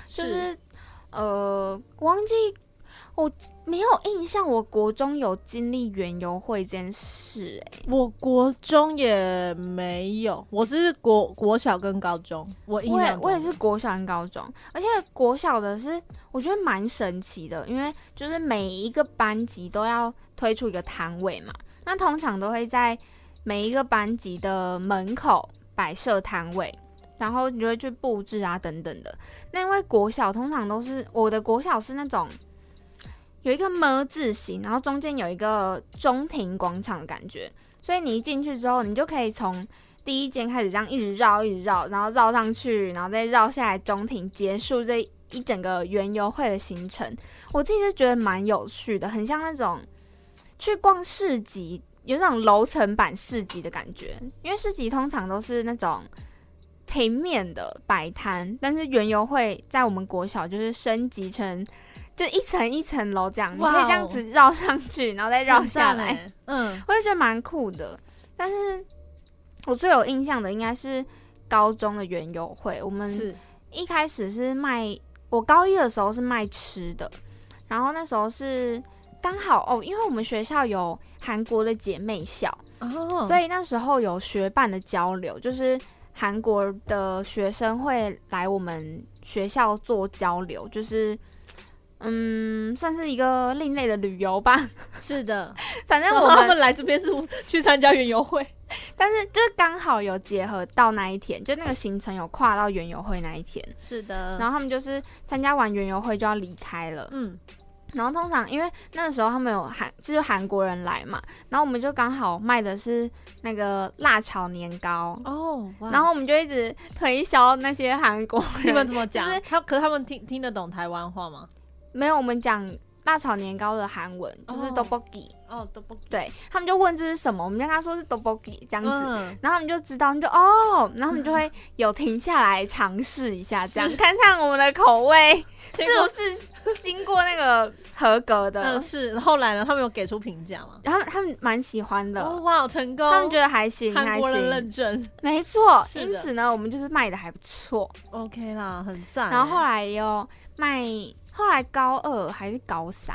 Speaker 1: 就是呃，忘记我没有印象，我国中有经历园游会这件事、欸，
Speaker 2: 我国中也没有，我是国国小跟高中，我印
Speaker 1: 我也
Speaker 2: 象
Speaker 1: 我也
Speaker 2: 中
Speaker 1: 是国小跟高中，而且国小的是我觉得蛮神奇的，因为就是每一个班级都要推出一个摊位嘛，那通常都会在每一个班级的门口摆设摊位，然后你就会去布置啊等等的。那因为国小通常都是我的国小是那种。有一个么字形，然后中间有一个中庭广场的感觉，所以你一进去之后，你就可以从第一间开始这样一直绕，一直绕，然后绕上去，然后再绕下来中庭，结束这一整个园游会的行程。我自己是觉得蛮有趣的，很像那种去逛市集，有那种楼层版市集的感觉。因为市集通常都是那种平面的摆摊，但是园游会在我们国小就是升级成。就一层一层楼这样，你可以这样
Speaker 2: 哇哦
Speaker 1: 子绕上去，然后再绕下来。，
Speaker 2: 嗯，
Speaker 1: 我也觉得蛮酷的。但是我最有印象的应该是高中的园游会，我们
Speaker 2: 是
Speaker 1: 一开始是卖，我高一的时候是卖吃的，然后那时候是刚好哦，因为我们学校有韩国的姐妹校，
Speaker 2: 哦
Speaker 1: 所以那时候有学伴的交流，就是韩国的学生会来我们学校做交流，就是。嗯，算是一个另类的旅游吧。
Speaker 2: 是的，
Speaker 1: 反正我
Speaker 2: 他
Speaker 1: 们
Speaker 2: 们来这边是去参加园游会，
Speaker 1: 但是就是刚好有结合到那一天，就那个行程有跨到园游会那一天，
Speaker 2: 是的
Speaker 1: 然后他们就是参加完园游会就要离开了。
Speaker 2: 嗯，
Speaker 1: 然后通常因为那时候他们有韩就是韩国人来嘛，然后我们就刚好卖的是那个辣炒年糕，
Speaker 2: 哦，
Speaker 1: 然后我们就一直推销那些韩国人。
Speaker 2: 你们怎么讲？
Speaker 1: 就是
Speaker 2: 他可是他们听听得懂台湾话吗？
Speaker 1: 没有我们讲辣炒年糕的韩文，就是
Speaker 2: 哦
Speaker 1: d o b o g i
Speaker 2: 哦，都不
Speaker 1: 对他们就问这是什么，我们就跟他说是 d o b o g i 这样子。
Speaker 2: 嗯，
Speaker 1: 然后他们就知道，他们就哦，然后他们就会有停下来尝试一下，这样看看我们的口味是
Speaker 2: 结果
Speaker 1: 不是经过那个合格的。
Speaker 2: 嗯是。后来呢，他们有给出评价吗？
Speaker 1: 然后他们蛮喜欢的，
Speaker 2: 哦哇，成功！
Speaker 1: 他们觉得还行，
Speaker 2: 韩
Speaker 1: 还
Speaker 2: 国人
Speaker 1: 行，
Speaker 2: 认证
Speaker 1: 没错。
Speaker 2: 是的
Speaker 1: 因此呢，我们就是卖的还不错。
Speaker 2: ，OK 啦，很赞。
Speaker 1: 然后后来也有卖，后来高二还是高三，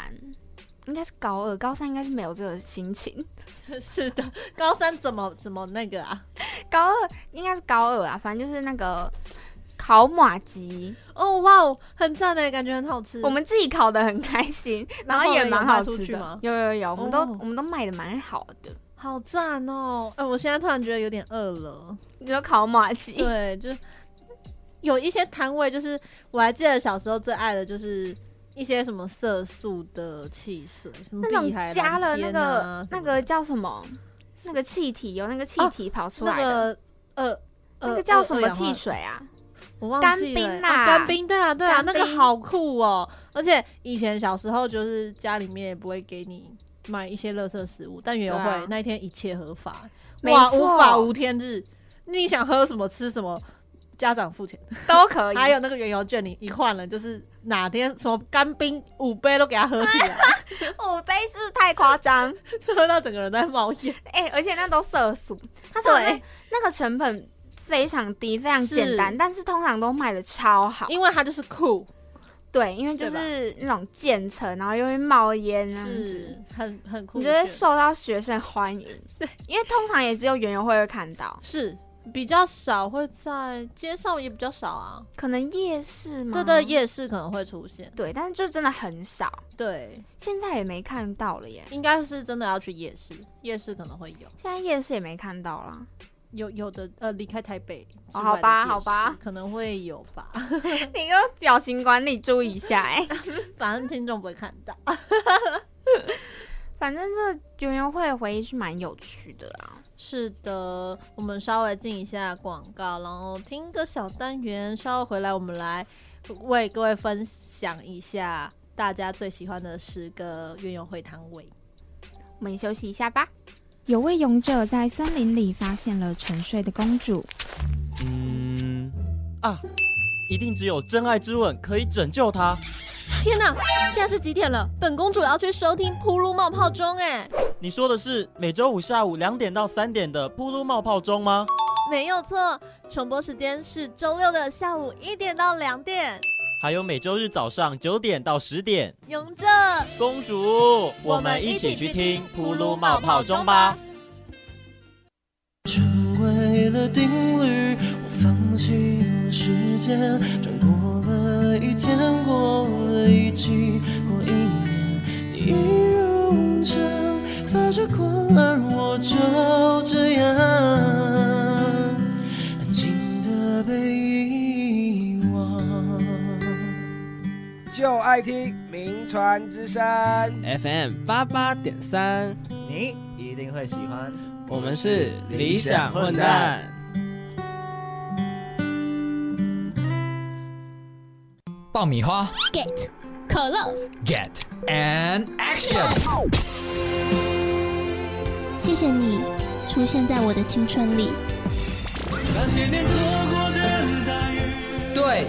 Speaker 1: 应该是高二，高三应该是没有这个心情。
Speaker 2: 来 是的，高三怎么怎么那个啊？
Speaker 1: 高二应该是高二啊，反正就是那个烤马吉。
Speaker 2: 哦哇，哦，很赞的感觉，很好吃。
Speaker 1: 我们自己烤的很开 心，然
Speaker 2: 然
Speaker 1: 后
Speaker 2: 嗯后
Speaker 1: 也
Speaker 2: 呢有
Speaker 1: 蛮
Speaker 2: 卖
Speaker 1: 好
Speaker 2: 出
Speaker 1: 吃
Speaker 2: 去
Speaker 1: 的
Speaker 2: 吗。
Speaker 1: 有有有，我们都、
Speaker 2: 哦
Speaker 1: 我们都卖的蛮好的。
Speaker 2: 好赞哦！哎，我现在突然觉得有点饿了。
Speaker 1: 你说烤马鸡，
Speaker 2: 对，就是有一些摊位，就是我还记得小时候最爱的就是一些什么色素的汽水，什么
Speaker 1: 那种
Speaker 2: 碧海蓝
Speaker 1: 加了那
Speaker 2: 天
Speaker 1: 个、
Speaker 2: 啊
Speaker 1: 那
Speaker 2: 什么
Speaker 1: 个
Speaker 2: 的
Speaker 1: 叫什么？那个气体有那个气
Speaker 2: 哦
Speaker 1: 体跑出
Speaker 2: 那
Speaker 1: 来的，
Speaker 2: 个呃。
Speaker 1: 那
Speaker 2: 呃
Speaker 1: 个叫
Speaker 2: 二
Speaker 1: 什
Speaker 2: 二
Speaker 1: 么
Speaker 2: 氧化
Speaker 1: 汽水啊？
Speaker 2: 我忘
Speaker 1: 干
Speaker 2: 记
Speaker 1: 冰
Speaker 2: 了欸哦
Speaker 1: 啦
Speaker 2: 干冰，对啦，对啦，
Speaker 1: 干
Speaker 2: 那
Speaker 1: 冰
Speaker 2: 个好酷哦！而且以前小时候就是家里面也不会给你买一些垃圾食物，但园游
Speaker 1: 对啊
Speaker 2: 会那一天一切合法，
Speaker 1: 没
Speaker 2: 哇，
Speaker 1: 错
Speaker 2: 无法无天日，你想喝什么吃什么，家长付钱。
Speaker 1: 都可以。
Speaker 2: 还有那个原油券，你一换了，就是哪天什么干冰五杯都给他喝起 来，
Speaker 1: 五杯是不是太夸 张，
Speaker 2: 喝到整个人都在冒烟。
Speaker 1: 哎、而且那都色素，它说那
Speaker 2: 对
Speaker 1: 那个成本非常低，非常
Speaker 2: 是
Speaker 1: 简单，但是通常都卖的超好。
Speaker 2: 因为它就是酷，
Speaker 1: 对，因为就
Speaker 2: 对吧
Speaker 1: 是那种渐层，然后又会冒烟那样子。
Speaker 2: 是很很酷
Speaker 1: 你
Speaker 2: 的
Speaker 1: 觉
Speaker 2: 券。
Speaker 1: 得受到学生欢迎？ 对，因为通常也只有园游会会看到，
Speaker 2: 是比较少，会在街上也比较少啊。
Speaker 1: 可能夜市嘛。
Speaker 2: 对对，夜市可能会出现。
Speaker 1: 对，但是就真的很少，
Speaker 2: 对，
Speaker 1: 现在也没看到了耶。
Speaker 2: 应该是真的要去夜市，夜市可能会有，
Speaker 1: 现在夜市也没看到了。
Speaker 2: 有有的呃离开台北之
Speaker 1: 哦
Speaker 2: 外的夜
Speaker 1: 好
Speaker 2: 市、
Speaker 1: 吧好吧
Speaker 2: 可能会有 吧，
Speaker 1: 你给我表情管理注意一下哎、
Speaker 2: 反正听众不会看到。
Speaker 1: 反正这园游会的回忆是蛮有趣的啦。
Speaker 2: 是的，我们稍微进一下广告，然后听个小单元，稍后回来我们来为各位分享一下大家最喜欢的十个运用会摊位。
Speaker 1: 我们休息一下吧。有位勇者在森林里发现了沉睡的公主。
Speaker 3: 嗯啊，一定只有真爱之吻可以拯救她。
Speaker 2: 天哪，现在是几点了？本公主要去收听《噗噜冒泡钟》哎，
Speaker 3: 你说的是每周五下午两点到三点的噗噜冒泡钟吗？
Speaker 2: 没有错，重播时间是周六的下午一点到两点。
Speaker 3: 还有每周日早上九点到十点。
Speaker 2: 勇者，
Speaker 3: 公主，我们一起去听噗噜冒泡钟吧。
Speaker 4: 成为了定律，我放弃了时间，转过了一天，过了一季，过一年，你一如往常，发着光，而我就这样安静的被遗忘。
Speaker 5: 就爱听名传之声。
Speaker 6: FM 八八点三，
Speaker 5: 你一定会喜欢。
Speaker 6: 我们是理想混蛋。
Speaker 7: 爆米花
Speaker 8: Get 可乐，
Speaker 7: ，Get and Action！
Speaker 8: 谢谢你出现在我的青春里。
Speaker 4: 那些年错过的大雨，
Speaker 7: 对，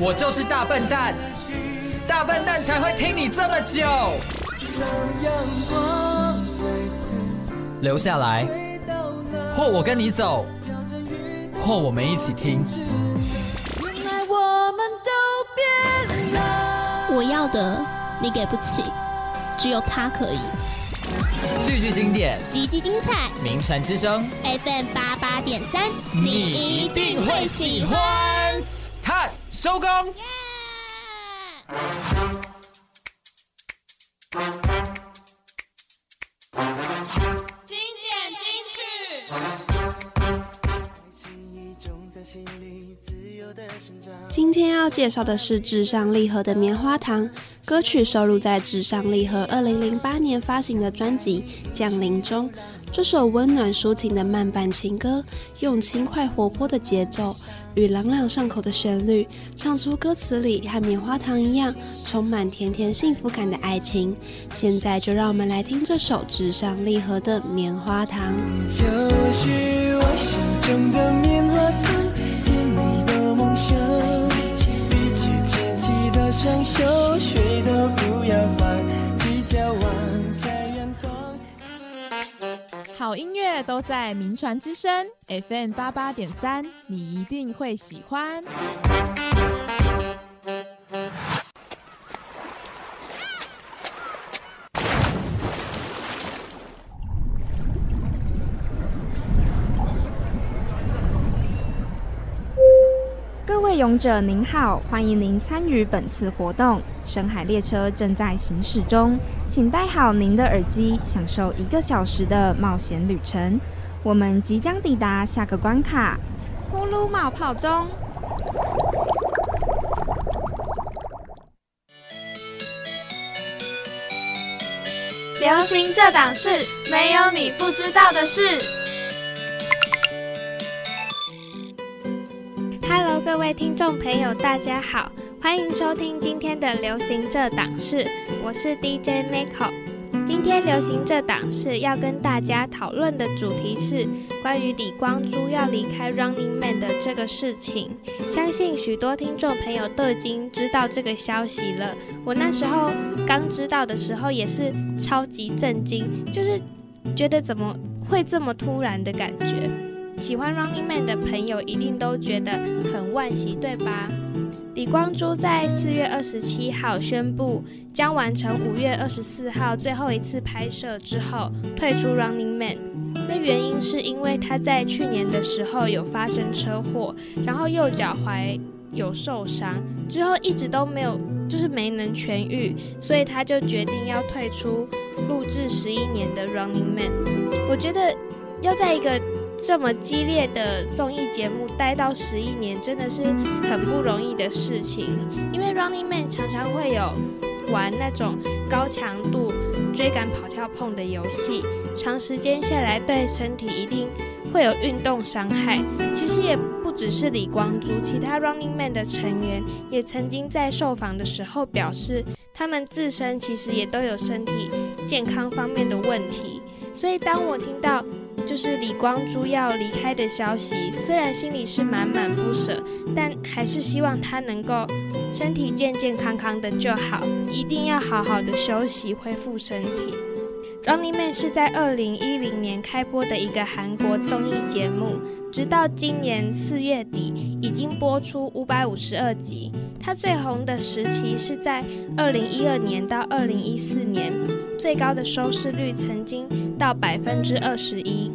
Speaker 7: 我就是大笨蛋，大笨蛋才会听你这么久。
Speaker 4: 让阳光再次
Speaker 7: 留下来，
Speaker 4: 回到那
Speaker 7: 或我跟你走，
Speaker 4: 飘着雨的
Speaker 7: 或我们一起听。
Speaker 4: 纸。原来我们都变了。
Speaker 8: 我要的你给不起，只有他可以。
Speaker 7: 句句经典，
Speaker 8: 极其精彩
Speaker 7: 名传之声，
Speaker 8: ，FM 八八点三，
Speaker 7: 你一定会喜欢。看，收工。
Speaker 8: 经典金曲。
Speaker 4: 爱是一种在心里自由的生长。
Speaker 9: 今天要介绍的是至上励合的《棉花糖》，歌曲收录在至上励合2008年发行的专辑《降临》中。这首温暖抒情的慢板情歌，用轻快活泼的节奏与朗朗上口的旋律，唱出歌词里和棉花糖一样充满甜甜幸福感的爱情。现在就让我们来听这首至上励合的《棉花糖》。
Speaker 4: 你就是我心中的棉花糖，甜蜜的梦想。比起纤细的双手，谁都不要放弃眺望在远方。
Speaker 10: 好音乐都在名传之声 FM 八八点三，你一定会喜欢。
Speaker 1: 各位勇者您好，欢迎您参与本次活动。深海列车正在行驶中，请戴好您的耳机，享受一个小时的冒险旅程。我们即将抵达下个关卡——呼噜冒泡钟。流行这档事，没有你不知道的事。
Speaker 11: Hello，各位听众朋友，大家好，欢迎收听今天的《流行这档事》，我是 DJ Miko。今天《流行这档事》要跟大家讨论的主题是关于李光洙要离开 Running Man 的这个事情。相信许多听众朋友都已经知道这个消息了。我那时候刚知道的时候也是超级震惊，就是觉得怎么会这么突然的感觉。喜欢 Running Man 的朋友一定都觉得很惋惜，对吧？李光洙在四月二十七号宣布将完成五月二十四号最后一次拍摄之后退出 Running Man。那原因是因为他在去年的时候有发生车祸，然后右脚踝有受伤，之后一直都没有，就是没能痊愈，所以他就决定要退出录制十一年的 Running Man。我觉得要在一个这么激烈的综艺节目待到十一年，真的是很不容易的事情。因为 Running Man 常常会有玩那种高强度追赶、跑、跳、碰的游戏，长时间下来对身体一定会有运动伤害。其实也不只是李光洙，其他 Running Man 的成员也曾经在受访的时候表示，他们自身其实也都有身体健康方面的问题。所以当我听到就是李光洙要离开的消息，虽然心里是满满不舍，但还是希望他能够身体健健康康的就好，一定要好好的休息，恢复身体。Running Man 是在二零一零年开播的一个韩国综艺节目，直到今年四月底已经播出五百五十二集。它最红的时期是在二零一二年到二零一四年，最高的收视率曾经到百分之二十一。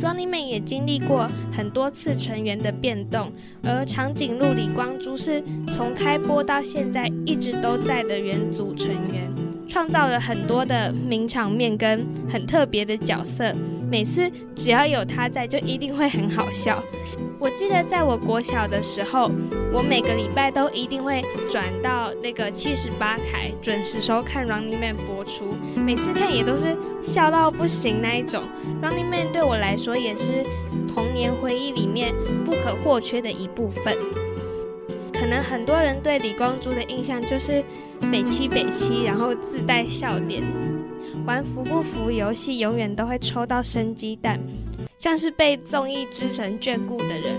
Speaker 11: Running Man 也经历过很多次成员的变动，而长颈鹿李光洙是从开播到现在一直都在的原组成员。创造了很多的名场面跟很特别的角色。每次只要有他在，就一定会很好笑。我记得在我国小的时候，我每个礼拜都一定会转到那个七十八台准时收看《Running Man》播出，每次看也都是笑到不行那一种。《Running Man》对我来说也是童年回忆里面不可或缺的一部分。可能很多人对李光洙的印象就是北七北七，然后自带笑点。玩服不服游戏永远都会抽到生鸡蛋，像是被综艺之神眷顾的人。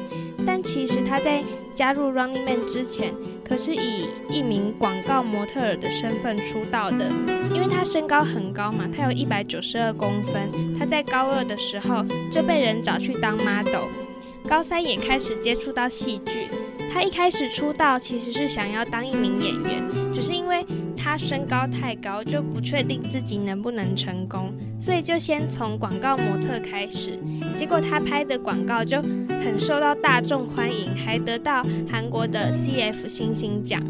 Speaker 11: 但其实他在加入 Running Man 之前，可是以一名广告模特儿的身份出道的。因为他身高很高嘛，他有一百九十二公分。他在高二的时候就被人找去当 model，高三也开始接触到戏剧。他一开始出道其实是想要当一名演员，只是因为他身高太高，就不确定自己能不能成功，所以就先从广告模特开始。结果他拍的广告就很受到大众欢迎，还得到韩国的 CF 星星奖。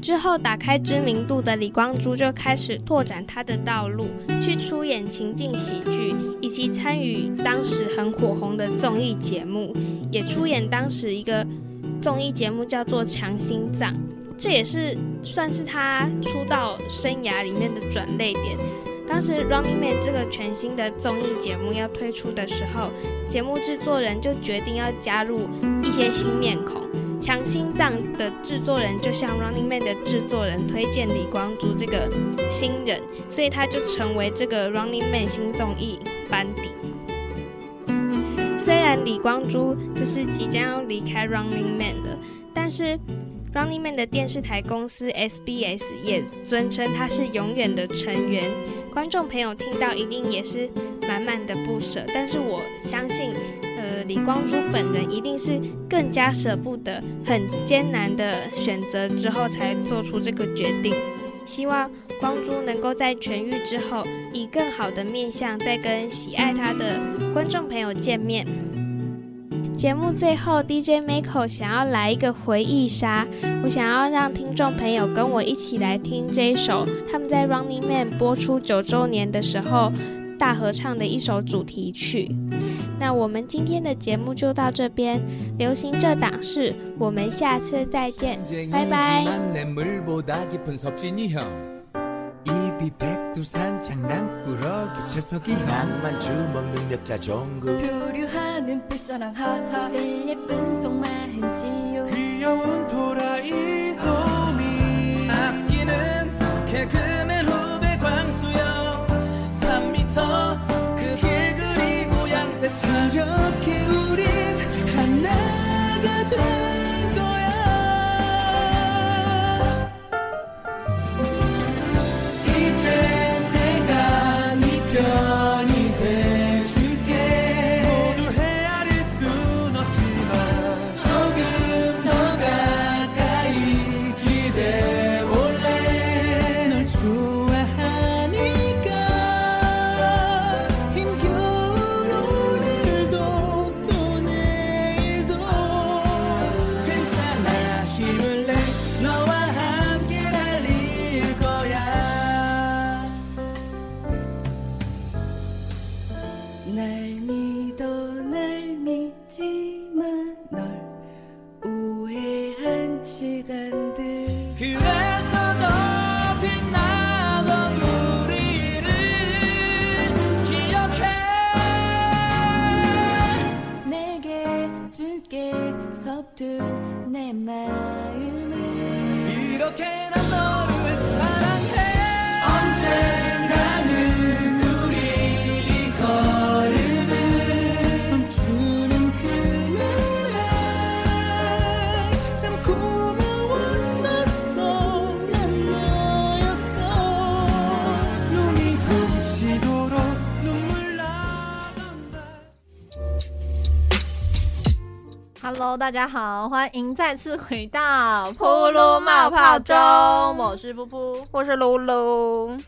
Speaker 11: 之后打开知名度的李光洙就开始拓展他的道路，去出演情境喜剧，以及参与当时很火红的综艺节目，也出演当时一个。综艺节目叫做《强心脏》，这也是算是他出道生涯里面的转泪点。当时《Running Man》这个全新的综艺节目要推出的时候，节目制作人就决定要加入一些新面孔。《强心脏》的制作人就向《Running Man》的制作人推荐李光洙这个新人，所以他就成为这个《Running Man》新综艺班底。虽然李光洙就是即将要离开 Running Man 了，但是 Running Man 的电视台公司 SBS 也尊称他是永远的成员。观众朋友听到一定也是满满的不舍，但是我相信，呃，李光洙本人一定是更加舍不得，很艰难的选择之后才做出这个决定。希望光洙能够在痊愈之后，以更好的面相再跟喜爱他的观众朋友见面。节目最后，DJ Miko 想要来一个回忆杀，我想要让听众朋友跟我一起来听这一首他们在 Running Man 播出九周年的时候大合唱的一首主题曲。那我们今天的节目就到这边，流行这档事，我们下次再见，拜
Speaker 12: 쟁
Speaker 11: 拜。
Speaker 12: 이지만 내 물보다 깊은 석진이 형 입이 백두산 장난꾸러기 채석이 형 낭만 주먹는 여자 종국
Speaker 13: 교류하는 뱃사랑 하하 제일 예쁜 속마흔 지요
Speaker 4: 귀여운 도라이 소미 아끼는 개그맨 후배 광수형 3미터 그길 그리고 양세 이렇게 우린 하나가 된 거야 이제 내가 네 편이 돼줄게 모두 헤아릴 순 없지만 조금 더 가까이 기대 올래 널 좋아하니까 힘겨운 오늘도 또 내일도 괜찮아 힘을 내 너와 함께 달릴 거야
Speaker 13: 날 믿어 날 믿지만 널 오해한 시간들
Speaker 4: 그래서 더 빛나던 우리를 기억해
Speaker 13: 내게 줄게 서툰 내 마음을
Speaker 4: 이렇게 난 너를 사랑해 언젠가는 우릴 이거
Speaker 2: Hello，大家好，欢迎再次回到
Speaker 1: 噗噜冒泡中
Speaker 2: 我是噗噗，
Speaker 1: 我是噜噜。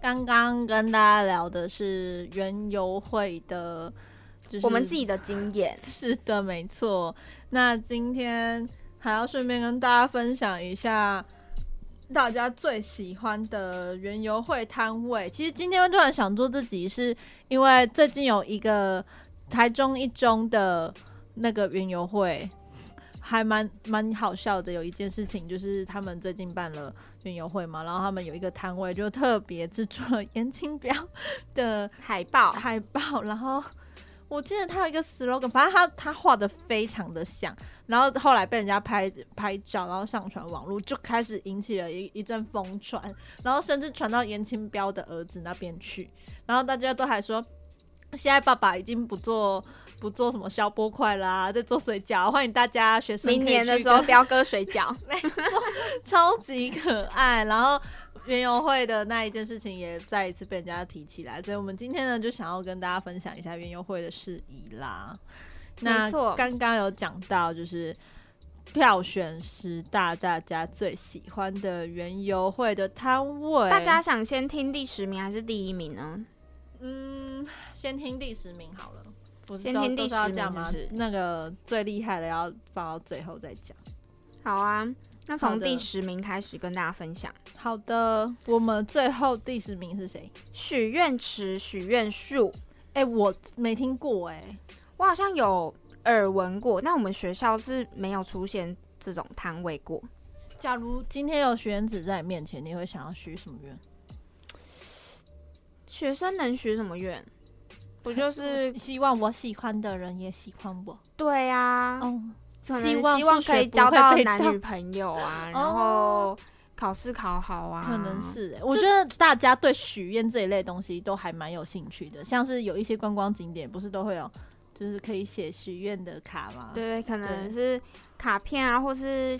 Speaker 2: 刚刚跟大家聊的是园游会的，就是
Speaker 1: 我们自己的经验。
Speaker 2: 是的，没错。那今天还要顺便跟大家分享一下大家最喜欢的园游会摊位。其实今天突然想做自己，是因为最近有一个台中一中的那个园游会，还蛮蛮好笑的。有一件事情就是他们最近办了园游会嘛，然后他们有一个摊位就特别制作了严清标的
Speaker 1: 海报，
Speaker 2: 海报，然后。我记得他有一个 slogan，反正他他画的非常的像，然后后来被人家拍拍照，然后上传网络，就开始引起了一一阵疯传，然后甚至传到严清标的儿子那边去，然后大家都还说，现在爸爸已经不做不做什么消波块啦、在做水饺，欢迎大家学生可以
Speaker 1: 明年的
Speaker 2: 去
Speaker 1: 时候，
Speaker 2: 跟
Speaker 1: 彪哥水 饺。
Speaker 2: 超级可爱。然后园游会的那一件事情也再一次被人家提起来，所以我们今天呢就想要跟大家分享一下园游会的事宜啦。那
Speaker 1: 没错
Speaker 2: 刚刚有讲到就是。票选十大大家最喜欢的园游会的摊位，
Speaker 1: 大家想先听第十名还是第一名呢？
Speaker 2: 嗯，先听第十名好了，不是
Speaker 1: 先
Speaker 2: 都
Speaker 1: 听
Speaker 2: 都
Speaker 1: 第
Speaker 2: 是要
Speaker 1: 十
Speaker 2: 讲
Speaker 1: 名
Speaker 2: 吗
Speaker 1: 是不是
Speaker 2: 那个最厉害的要放到最后再讲。
Speaker 1: 好啊，那
Speaker 2: 好
Speaker 1: 从
Speaker 2: 的
Speaker 1: 第十名开始跟大家分享。
Speaker 2: 好的，我们最后第十名是谁？
Speaker 1: 许愿池、许愿树，
Speaker 2: 哎、我没听过哎、
Speaker 1: 我好像有耳闻过，但我们学校是没有出现这种摊位过。
Speaker 2: 假如今天有许愿纸在你面前，你会想要许什么愿？
Speaker 1: 学生能许什么愿？不就哦是
Speaker 2: 希望我喜欢的人也喜欢我？
Speaker 1: 对呀、啊，
Speaker 2: 哦，
Speaker 1: 可能
Speaker 2: 希望
Speaker 1: 希望
Speaker 2: 数学
Speaker 1: 可以
Speaker 2: 不
Speaker 1: 交
Speaker 2: 会
Speaker 1: 到
Speaker 2: 被
Speaker 1: 男
Speaker 2: 盗
Speaker 1: 女朋友 啊，然
Speaker 2: 哦
Speaker 1: 后考试考好啊，
Speaker 2: 可能是、欸，我觉得大家对许愿这一类东西都还蛮有兴趣的，像是有一些观光景点不是都会有，就是可以写许愿的卡吗？
Speaker 1: 对，可能
Speaker 2: 啊对
Speaker 1: 是卡片啊，或是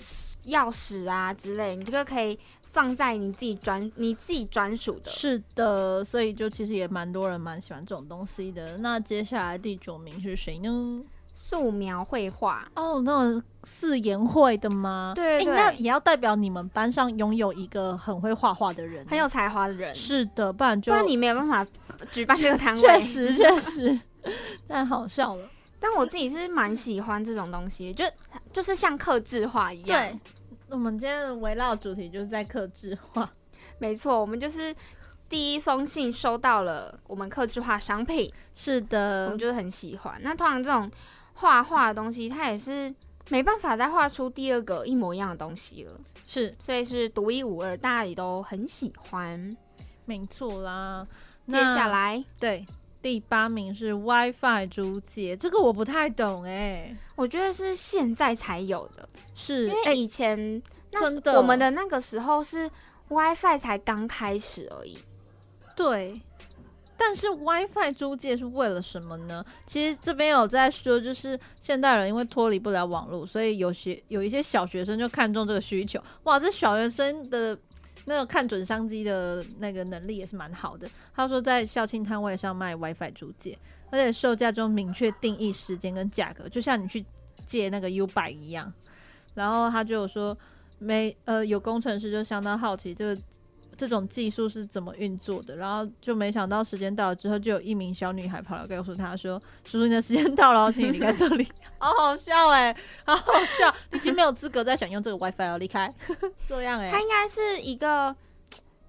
Speaker 1: 钥匙啊之类，你这个可以放在你自己专你自己专属的。
Speaker 2: 是的，所以就其实也蛮多人蛮喜欢这种东西的。那接下来第九名是谁呢？
Speaker 1: 素描绘画，
Speaker 2: 哦，那种四言会的吗？
Speaker 1: 对
Speaker 2: 诶
Speaker 1: 对
Speaker 2: 那也要代表你们班上拥有一个很会画画的人，
Speaker 1: 很有才华的人，
Speaker 2: 是的，不然
Speaker 1: 不
Speaker 2: 就
Speaker 1: 然你没有办 法举办这个摊位。
Speaker 2: 确实确实，太好笑了。
Speaker 1: 但我自己是蛮喜欢这种东西，就就是像克制化一样。
Speaker 2: 对，我们今天的围绕主题就是在克制化，
Speaker 1: 没错，我们就是第一封信收到了我们克制化商品，
Speaker 2: 是的
Speaker 1: 我们就是很喜欢。那通常这种画画的东西，它也是没办法再画出第二个一模一样的东西了，
Speaker 2: 是，
Speaker 1: 所以是独一无二，大家也都很喜欢。
Speaker 2: 没错啦。
Speaker 1: 接
Speaker 2: 那
Speaker 1: 下来，
Speaker 2: 对第八名是 WiFi 租借，这个我不太懂哎、
Speaker 1: 我觉得是现在才有的，
Speaker 2: 是
Speaker 1: 因
Speaker 2: 哎
Speaker 1: 为以前那
Speaker 2: 真
Speaker 1: 时
Speaker 2: 的
Speaker 1: 我们的那个时候是 WiFi 才刚开始而已。
Speaker 2: 对，但是 WiFi 租借是为了什么呢？其实这边有在说，就是现代人因为脱离不了网络，所以有些有一些小学生就看中这个需求。哇，这小学生的那个看准商机的那个能力也是蛮好的。他说在校庆摊位上卖 WiFi 租借，而且售价中明确定义时间跟价格，就像你去借那个 U 百一样。然后他就有说，没呃有工程师就相当好奇这个这种技术是怎么运作的，然后就没想到时间到了之后，就有一名小女孩跑来告诉他说：“叔叔，你的时间到了哦，请你离开这里。”好好笑哎、好好笑，已经没有资格再享用这个 WiFi 了，离开。 这样哎、
Speaker 1: 它应该是一个，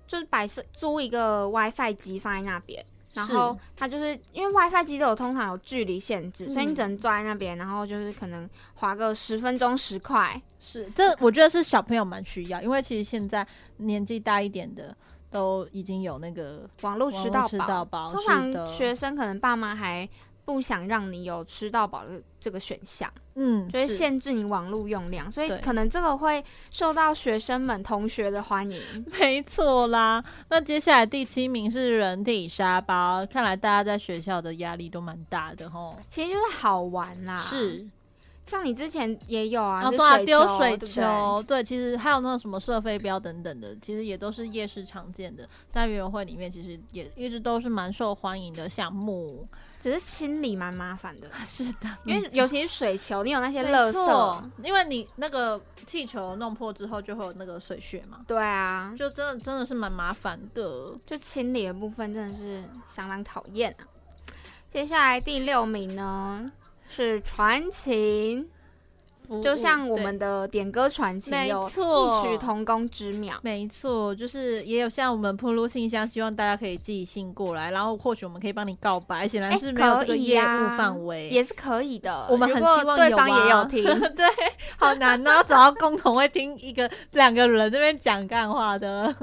Speaker 1: 就是摆设租一个 WiFi 机放在那边，然后它就是因为 WiFi 机都有通常有距离限制，
Speaker 2: 嗯
Speaker 1: 所以你只能坐在那边，然后就是可能划个十分钟十块。
Speaker 2: 是，这我觉得是小朋友蛮需要，因为其实现在年纪大一点的都已经有那个
Speaker 1: 网络吃到
Speaker 2: 吃到
Speaker 1: 饱，
Speaker 2: 饱，
Speaker 1: 通
Speaker 2: 是的
Speaker 1: 常学生可能爸妈还不想让你有吃到饱的这个选项，
Speaker 2: 嗯，
Speaker 1: 就会
Speaker 2: 是
Speaker 1: 限制你网络用量，所以
Speaker 2: 对
Speaker 1: 可能这个会受到学生们同学的欢迎。
Speaker 2: 没错啦，那接下来第七名是人体沙包，看来大家在学校的压力都蛮大的吼。
Speaker 1: 其实就是好玩啦，
Speaker 2: 是，
Speaker 1: 像你之前也有啊，
Speaker 2: 啊，
Speaker 1: 就
Speaker 2: 对啊，
Speaker 1: 水
Speaker 2: 丢
Speaker 1: 球
Speaker 2: 水
Speaker 1: 对不对
Speaker 2: 球，对，其实还有那种什么射飞镖等等的，其实也都是夜市常见的，在园游会里面其实也一直都是蛮受欢迎的项目。
Speaker 1: 只是清理蛮麻烦的，
Speaker 2: 是的，嗯
Speaker 1: 因为尤其是水球，你有那些
Speaker 2: 啊没
Speaker 1: 垃
Speaker 2: 错
Speaker 1: 圾，
Speaker 2: 因为你那个气球弄破之后就会有那个水屑嘛，
Speaker 1: 对啊，
Speaker 2: 就真的真的是蛮麻烦的，
Speaker 1: 就清理的部分真的是相当讨厌啊。接下来第六名呢是传情，
Speaker 2: 务
Speaker 1: 就像我们的点歌传情
Speaker 2: 没
Speaker 1: 有
Speaker 2: 错
Speaker 1: 异曲同工之妙。
Speaker 2: 没错，就是也有像我们铺路信箱，希望大家可以寄信过来，然后或许我们可以帮你告白，显然
Speaker 1: 哎
Speaker 2: 是没有这
Speaker 1: 可
Speaker 2: 个
Speaker 1: 以
Speaker 2: 业务
Speaker 1: 呀
Speaker 2: 范围，
Speaker 1: 也是可以的。
Speaker 2: 我们
Speaker 1: 如
Speaker 2: 很
Speaker 1: 果
Speaker 2: 希望
Speaker 1: 对
Speaker 2: 有
Speaker 1: 方也
Speaker 2: 啊
Speaker 1: 有听，
Speaker 2: 对，好难哦，要找到共同会听一个两个人这边讲干话的，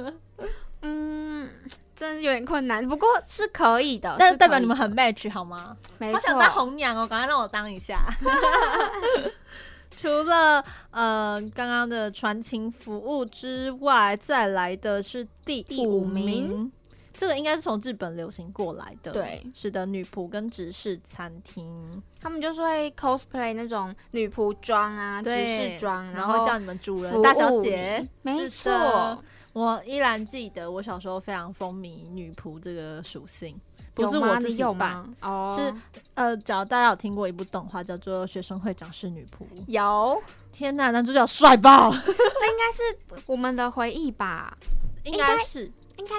Speaker 1: 嗯，真的有点困难，不过是可以的。
Speaker 2: 但是
Speaker 1: 是
Speaker 2: 代表
Speaker 1: 可以
Speaker 2: 你们
Speaker 1: 的
Speaker 2: 很 match 好吗？
Speaker 1: 没
Speaker 2: 好
Speaker 1: 错，
Speaker 2: 想当红娘哦，赶快让我当 一下。 除了呃刚刚的传情服务之外，再来的是第
Speaker 1: 第
Speaker 2: 五
Speaker 1: 五
Speaker 2: 名，
Speaker 1: 名
Speaker 2: 这个应该是从日本流行过来的。
Speaker 1: 对，
Speaker 2: 是的，女仆跟直视餐厅，
Speaker 1: 他们就是会 cosplay 那种女仆装啊、执
Speaker 2: 对
Speaker 1: 事装，
Speaker 2: 然
Speaker 1: 后
Speaker 2: 后叫你们主
Speaker 1: 服
Speaker 2: 人大小
Speaker 1: 务
Speaker 2: 姐
Speaker 1: 你，没
Speaker 2: 是的
Speaker 1: 错。
Speaker 2: 我依然记得我小时候非常风靡女仆这个属性，不
Speaker 1: 有
Speaker 2: 是
Speaker 1: 吗
Speaker 2: 我自
Speaker 1: 你
Speaker 2: 己
Speaker 1: 有
Speaker 2: 扮
Speaker 1: 吗，哦
Speaker 2: 是呃，只要大家有听过一部动画叫做《学生会长是女仆》，
Speaker 1: 有。
Speaker 2: 天哪，男主角帅 爆！
Speaker 1: 这应该是我们的回忆吧？
Speaker 2: 应
Speaker 1: 该
Speaker 2: 该是，
Speaker 1: 应该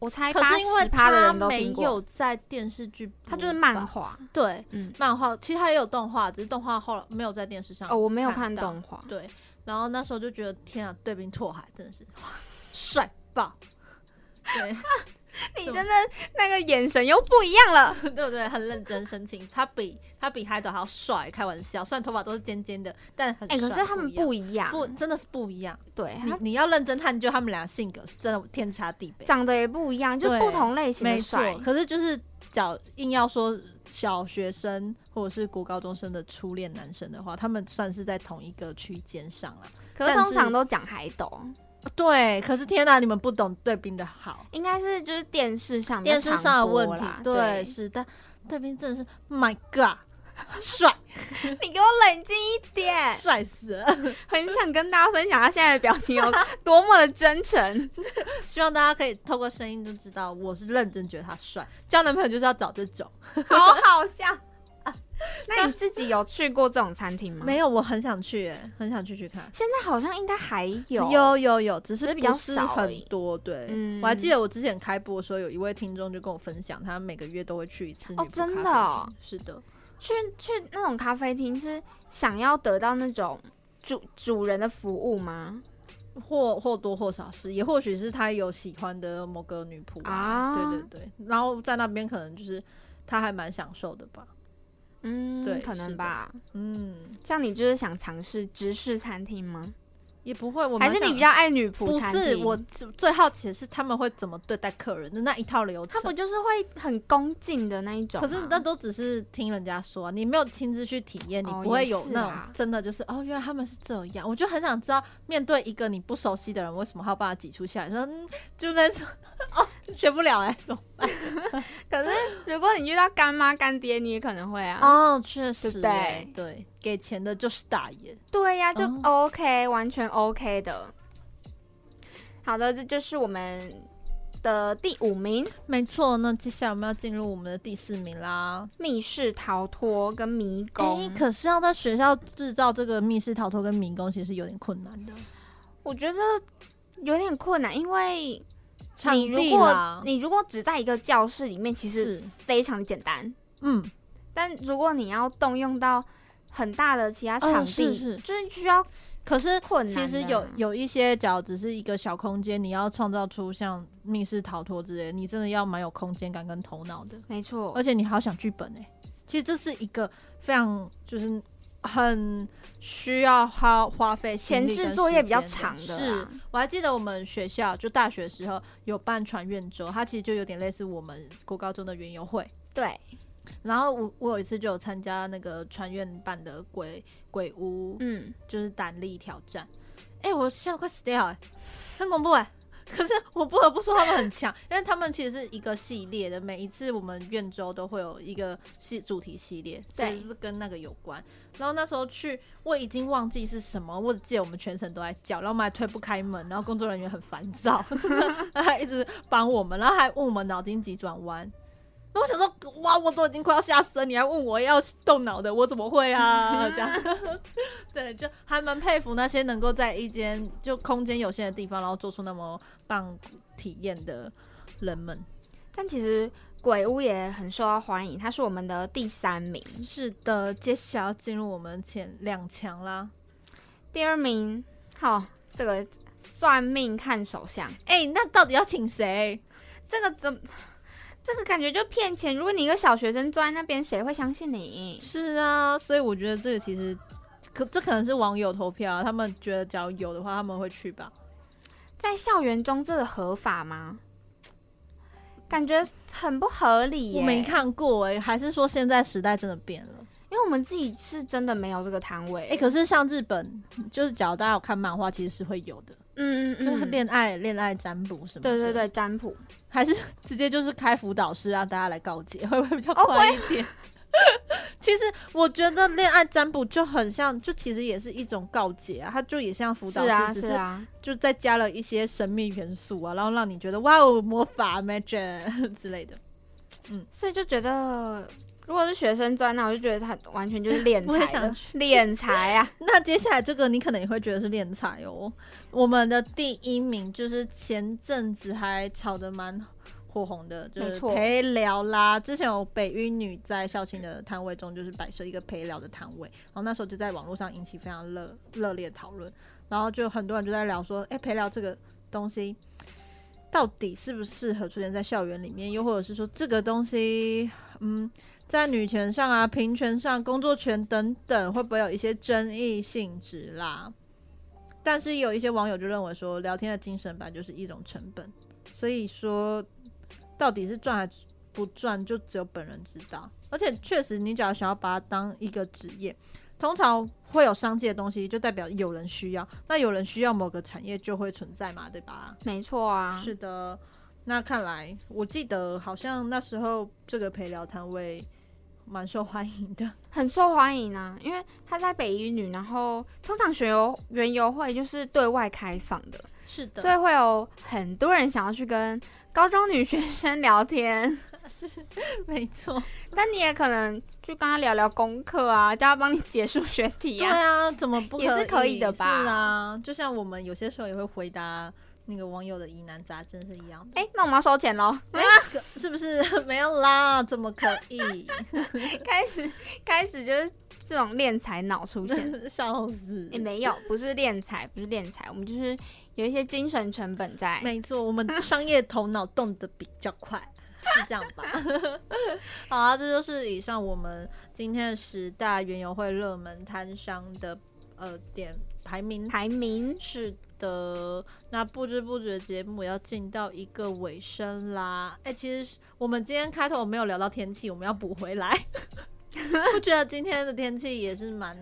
Speaker 1: 我猜
Speaker 2: 可
Speaker 1: 八
Speaker 2: 是因为
Speaker 1: 十趴的
Speaker 2: 他
Speaker 1: 人都
Speaker 2: 没
Speaker 1: 听
Speaker 2: 有
Speaker 1: 过。
Speaker 2: 在电视剧播吧，
Speaker 1: 它就是漫画，
Speaker 2: 对，
Speaker 1: 嗯，
Speaker 2: 漫画其实它也有动画，只是动画后来没有在电视上。
Speaker 1: 哦我没有
Speaker 2: 看
Speaker 1: 看
Speaker 2: 到
Speaker 1: 动画
Speaker 2: 对，然后那时候就觉得天啊，对冰拓海真的是哇帅爆！对，
Speaker 1: 你
Speaker 2: 怎
Speaker 1: 真
Speaker 2: 么
Speaker 1: 的那个眼神又不一样了。
Speaker 2: 对不对？很认真深情，他比他比海斗还要帅，开玩笑。虽然头发都是尖尖的，但很
Speaker 1: 哎，可
Speaker 2: 帅
Speaker 1: 是他们
Speaker 2: 不
Speaker 1: 不
Speaker 2: 一
Speaker 1: 一样，
Speaker 2: 不真的是不一样。
Speaker 1: 对
Speaker 2: 你
Speaker 1: 他
Speaker 2: 你要认真探究他们俩性格，是真的天差地别，
Speaker 1: 长得也不一样，就
Speaker 2: 对
Speaker 1: 不同类型的
Speaker 2: 没错
Speaker 1: 帅。。
Speaker 2: 可是就是讲硬要说小学生或者是国高中生的初恋男生的话，他们算是在同一个区间上啊。
Speaker 1: 可是
Speaker 2: 但
Speaker 1: 通常都讲海斗，
Speaker 2: 对，可是天哪，你们不懂对兵的好。
Speaker 1: 应该是就是电视上比较
Speaker 2: 电视上的
Speaker 1: 常播
Speaker 2: 问题
Speaker 1: 啦，
Speaker 2: 对，
Speaker 1: 对，
Speaker 2: 是，但对兵真的是 My God，帅
Speaker 1: 你给我冷静一点，
Speaker 2: 帅死了！
Speaker 1: 很想跟大家分享他现在的表情 有多么的真诚。
Speaker 2: 希望大家可以透过声音就知道，我是认真觉得他帅。交男朋友就是要找这种。
Speaker 1: 好好笑。 那你自己有去过这种餐厅吗？
Speaker 2: 没有，我很想去、欸，很想去去看。
Speaker 1: 现在好像应该还有
Speaker 2: 有有有，只
Speaker 1: 只
Speaker 2: 是
Speaker 1: 是比较
Speaker 2: 不是
Speaker 1: 少而
Speaker 2: 很
Speaker 1: 已
Speaker 2: 多。对，
Speaker 1: 嗯
Speaker 2: 我还记得我之前开播的时候，有一位听众就跟我分享，他每个月都会去一次
Speaker 1: 哦
Speaker 2: 女仆
Speaker 1: 真
Speaker 2: 咖啡
Speaker 1: 的哦
Speaker 2: 厅是的，
Speaker 1: 去去那种咖啡厅是想要得到那种主主人的服务吗？
Speaker 2: 或或多或少是，也或许是他有喜欢的某个女仆啊，
Speaker 1: 啊
Speaker 2: 对对对，然后在那边可能就是他还蛮享受的吧，
Speaker 1: 嗯，
Speaker 2: 对
Speaker 1: 可
Speaker 2: 是
Speaker 1: 能
Speaker 2: 的
Speaker 1: 吧。
Speaker 2: 嗯，
Speaker 1: 像你就是想尝试直视餐厅吗？
Speaker 2: 也不会，我
Speaker 1: 还
Speaker 2: 蛮
Speaker 1: 是你
Speaker 2: 想
Speaker 1: 比较爱女仆
Speaker 2: 不
Speaker 1: 餐
Speaker 2: 是
Speaker 1: 厅？
Speaker 2: 我最最好奇的是他们会怎么对待客人的那一套流
Speaker 1: 他
Speaker 2: 程
Speaker 1: 不。就是会很恭敬的那一种
Speaker 2: 可
Speaker 1: 吗？
Speaker 2: 是那都只是听人家说啊、你没有亲自去体验，你
Speaker 1: 哦
Speaker 2: 不会
Speaker 1: 也
Speaker 2: 有
Speaker 1: 是
Speaker 2: 那
Speaker 1: 啊
Speaker 2: 种真的就是哦，原来他们是这样。我就很想知道，面对一个你不熟悉的人，为什么还要把他挤出下来？说嗯，就那种 哦，学 不了哎、怎么办？
Speaker 1: 可是如果你遇到干妈干爹，你也可能会啊。
Speaker 2: 哦，确实
Speaker 1: 对不对
Speaker 2: 欸对，给钱的就是大爷。
Speaker 1: 对呀、就
Speaker 2: 哦
Speaker 1: OK，、完全 OK 的。好的，这就是我们的第五名
Speaker 2: 没错，那接下来我们要进入我们的第四名啦。
Speaker 1: 密室逃脱跟迷
Speaker 2: 哎、
Speaker 1: 宫。
Speaker 2: 可是要在学校制造这个密室逃脱跟迷宫，其实是有点困难的。
Speaker 1: 我觉得有点困难，因为
Speaker 2: 场
Speaker 1: 你如
Speaker 2: 地啦
Speaker 1: 果你如果只在一个教室里面，其实
Speaker 2: 是
Speaker 1: 非常简单。
Speaker 2: 嗯，
Speaker 1: 但如果你要动用到很大的其他场
Speaker 2: 嗯
Speaker 1: 地，
Speaker 2: 是是
Speaker 1: 就是需要
Speaker 2: 可是
Speaker 1: 困难、啊
Speaker 2: 其实有。有一些，假如只是一个小空间，你要创造出像密室逃脱之类，你真的要蛮有空间感跟头脑的，
Speaker 1: 没错，
Speaker 2: 而且你还要想剧本哎、其实这是一个非常就是很需要花花费心力
Speaker 1: 前置
Speaker 2: 跟
Speaker 1: 作业比较
Speaker 2: 时间
Speaker 1: 长的
Speaker 2: 是
Speaker 1: 啦
Speaker 2: 我还记得我们学校就大学时候有办船院周，它其实就有点类似我们国高中的园游会。
Speaker 1: 对，
Speaker 2: 然后我我有一次就有参加那个船院办的鬼鬼屋，
Speaker 1: 嗯，
Speaker 2: 欸就是胆力挑战。哎、我吓得快死掉哎、很恐怖哎、可是我不得不说他们很强， 因为他们其实是一个系列的，每一次我们院周都会有一个系主题系列，所以就是跟那个有关。然后那时候去，我已经忘记是什么，我只记得我们全程都在叫，然后我们还推不开门，然后工作人员很烦躁， 他一直帮我们，然后还问我们脑筋急转弯。那我想说，哇，我都已经快要吓死了，你还问我要动脑的，我怎么会啊？这样，对，就还蛮佩服那些能够在一间就空间有限的地方，然后做出那么棒体验的人们。
Speaker 1: 但其实鬼屋也很受到欢迎，它是我们的第三名。
Speaker 2: 是的，接下来要进入我们前两强啦。
Speaker 1: 第二名，好，这个算命看手相。
Speaker 2: 哎、那到底要请谁？
Speaker 1: 这个怎么？ 这个感觉就骗钱。如果你一个小学生坐在那边，谁会相信你？
Speaker 2: 是啊，所以我觉得这个其实可这可能是网友投票、啊，他们觉得只要有的话，他们会去吧。
Speaker 1: 在校园中，这个合法吗？感觉很不合理耶、
Speaker 2: 我没看过哎、还是说现在时代真的变了？
Speaker 1: 因为我们自己是真的没有这个摊位。
Speaker 2: 哎、可是像日本，就是只要大家有看漫画，其实是会有的，
Speaker 1: 嗯嗯嗯，
Speaker 2: 就是恋爱恋爱占卜什么的。
Speaker 1: 对对对，占卜
Speaker 2: 还是 直接就是开辅导室让大家来告解， 会不会比较
Speaker 1: 哦啊
Speaker 2: 快一点？ 其实我觉得恋爱占卜就很像，就其实也是一种告解啊，它就也像辅导
Speaker 1: 是啊
Speaker 2: 室，只
Speaker 1: 是啊
Speaker 2: 就再加了一些神秘元素啊，然后让你觉得哇哦魔法 magic 之类的。嗯，
Speaker 1: 所以就觉得，如果是学生专啊那，我就觉得他完全就是敛
Speaker 2: 我也
Speaker 1: 财
Speaker 2: 想
Speaker 1: 了，敛财 啊！
Speaker 2: 那接下来这个你可能也会觉得是敛财哦。我们的第一名就是前阵子还炒得蛮火红的，就
Speaker 1: 没
Speaker 2: 是
Speaker 1: 错
Speaker 2: 陪聊啦。之前有北一女在校庆的摊位中，就是摆设一个陪聊的摊位，然后那时候就在网络上引起非常热热烈讨论，然后就很多人就在聊说，哎、陪聊这个东西。到底适不适合出现在校园里面，又或者是说这个东西，嗯，在女权上啊、平权上、工作权等等，会不会有一些争议性质啦？但是有一些网友就认为说，聊天的精神版就是一种成本，所以说到底是赚还是不赚，就只有本人知道。而且确实，你只要想要把它当一个职业，通常会有商机的东西，就代表有人需要，那有人需要某个产业就会存在嘛，对吧？
Speaker 1: 没错啊，
Speaker 2: 是的，那看来我记得好像那时候这个陪聊摊位蛮受欢迎的。
Speaker 1: 很受欢迎啊，因为他在北一女，然后通常学游园游会就是对外开放的，
Speaker 2: 是
Speaker 1: 所以会有很多人想要去跟高中女学生聊天。
Speaker 2: 是 没错，
Speaker 1: 但你也可能去跟他聊聊功课啊，叫他帮你解数学题
Speaker 2: 对
Speaker 1: 啊。
Speaker 2: 啊，怎么不
Speaker 1: 也是可以的吧
Speaker 2: 是啊，就像我们有些时候也会回答那个网友的疑难杂症是一样的。
Speaker 1: 哎、那我们要收钱喽！
Speaker 2: 没有，是不 是没有啦？怎么可以？
Speaker 1: 开始开始就是这种敛财脑出 现。
Speaker 2: 笑死！
Speaker 1: 也哎没有，不是敛财，不是敛财，我们就是有一些精神成本在。
Speaker 2: 没错，我们商业头脑动得比较快， 是这样 吧？好啊，这就是以上我们今天的十大原油会热门摊商的呃点排名。
Speaker 1: 排名
Speaker 2: 是的，那不知不觉节目要进到一个尾声啦。哎、其实我们今天开头没有聊到天气，我们要补 回来。我觉得今天的天气也是蛮，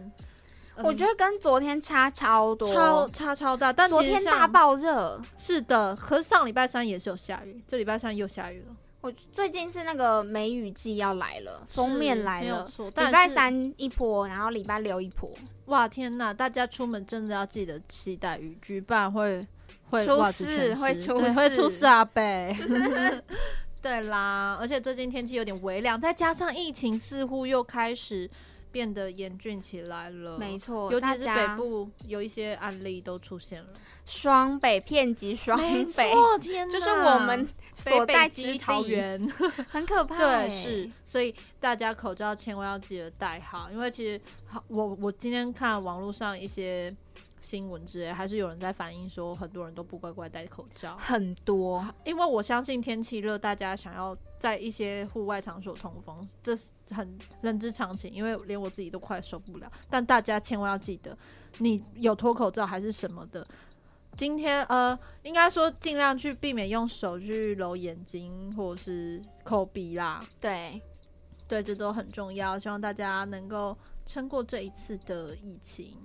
Speaker 2: 嗯
Speaker 1: 我觉得跟昨天差超多，
Speaker 2: 超差超大，但
Speaker 1: 昨
Speaker 2: 其实
Speaker 1: 天
Speaker 2: 像
Speaker 1: 大爆热。
Speaker 2: 是的，可是上礼拜三也是有下雨，这礼拜三又下雨了。
Speaker 1: 我最近是那个梅雨季要来了，封面来
Speaker 2: 没有
Speaker 1: 了，
Speaker 2: 错但
Speaker 1: 礼拜
Speaker 2: 是
Speaker 1: 三一波，然后礼拜六一波，
Speaker 2: 哇天呐，大家出门真的要记得携带雨具，不然会会
Speaker 1: 出
Speaker 2: 袜子
Speaker 1: 事
Speaker 2: 全湿
Speaker 1: 会出
Speaker 2: 对
Speaker 1: 事
Speaker 2: 会出事啊 贝。对啦，而且最近天气有点微凉，再加上疫情似乎又开始变得严峻起来了。
Speaker 1: 没错
Speaker 2: 呃尤其
Speaker 1: 大
Speaker 2: 是
Speaker 1: 家
Speaker 2: 北部有一些案例都出 现了。
Speaker 1: 双北遍及双
Speaker 2: 没
Speaker 1: 北
Speaker 2: 错，天，
Speaker 1: 就是
Speaker 2: 哪
Speaker 1: 我们所
Speaker 2: 北北
Speaker 1: 在
Speaker 2: 基
Speaker 1: 之
Speaker 2: 桃
Speaker 1: 地
Speaker 2: 园，
Speaker 1: 很可怕、欸。
Speaker 2: 对，是，所以大家口罩千万要记得戴好，因为其实好我我今天看网络上一些新闻之类，还是有人在反映说，很多人都不乖乖戴口罩。
Speaker 1: 很多，
Speaker 2: 因为我相信天气热，大家想要在一些户外场所通风，这是很人之常情。因为连我自己都快受不了，但大家千万要记得，你有脱口罩还是什么的，今天呃，应该说尽量去避免用手去揉眼睛或者是抠鼻啦。
Speaker 1: 对，
Speaker 2: 对，这都很重要。希望大家能够撑过这一次的疫情。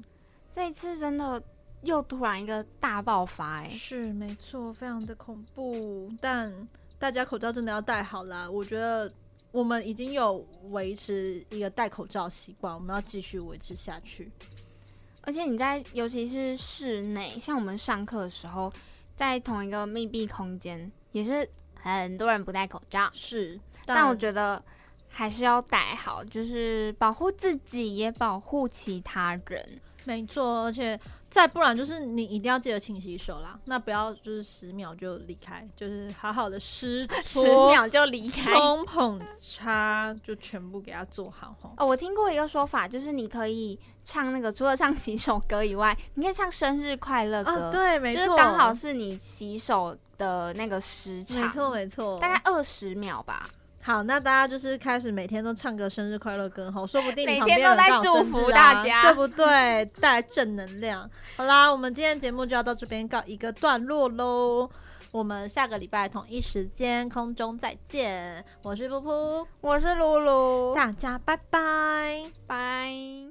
Speaker 1: 这一次真的又突然一个大爆发、哎，
Speaker 2: 是没错，非常的恐怖。但大家口罩真的要戴好啦，我觉得我们已经有维持一个戴口罩习惯，我们要继续维持下去。
Speaker 1: 而且你在尤其是室内，像我们上课的时候，在同一个密闭空间，也是很多人不戴口罩，
Speaker 2: 是，
Speaker 1: 但我觉得还是要戴好，就是保护自己，也保护其他人。
Speaker 2: 没错，而且再不然就是你一定要记得勤洗手啦。那不要就是十秒就离开，就是 好好的湿
Speaker 1: 十秒就离开，
Speaker 2: 冲捧擦就全部给它做好吼。
Speaker 1: 哦，我听过一个说法，就是你可以唱那个，除了唱洗手歌以外，你可以唱生日快乐歌、
Speaker 2: 啊，对，没错，
Speaker 1: 就是刚好是你洗手的那个时长，
Speaker 2: 没错没错，
Speaker 1: 大概二十秒吧。
Speaker 2: 好，那大家就是开始每天都唱个生日快乐歌吼，说不定、啊、
Speaker 1: 每天都在祝福大家，
Speaker 2: 啊对不对？带来正能量。好啦，我们今天节目就要到这边告一个段落喽，我们下个礼拜同一时间空中再见。我是噗噗，
Speaker 1: 我是露露，
Speaker 2: 大家拜拜，
Speaker 1: 拜。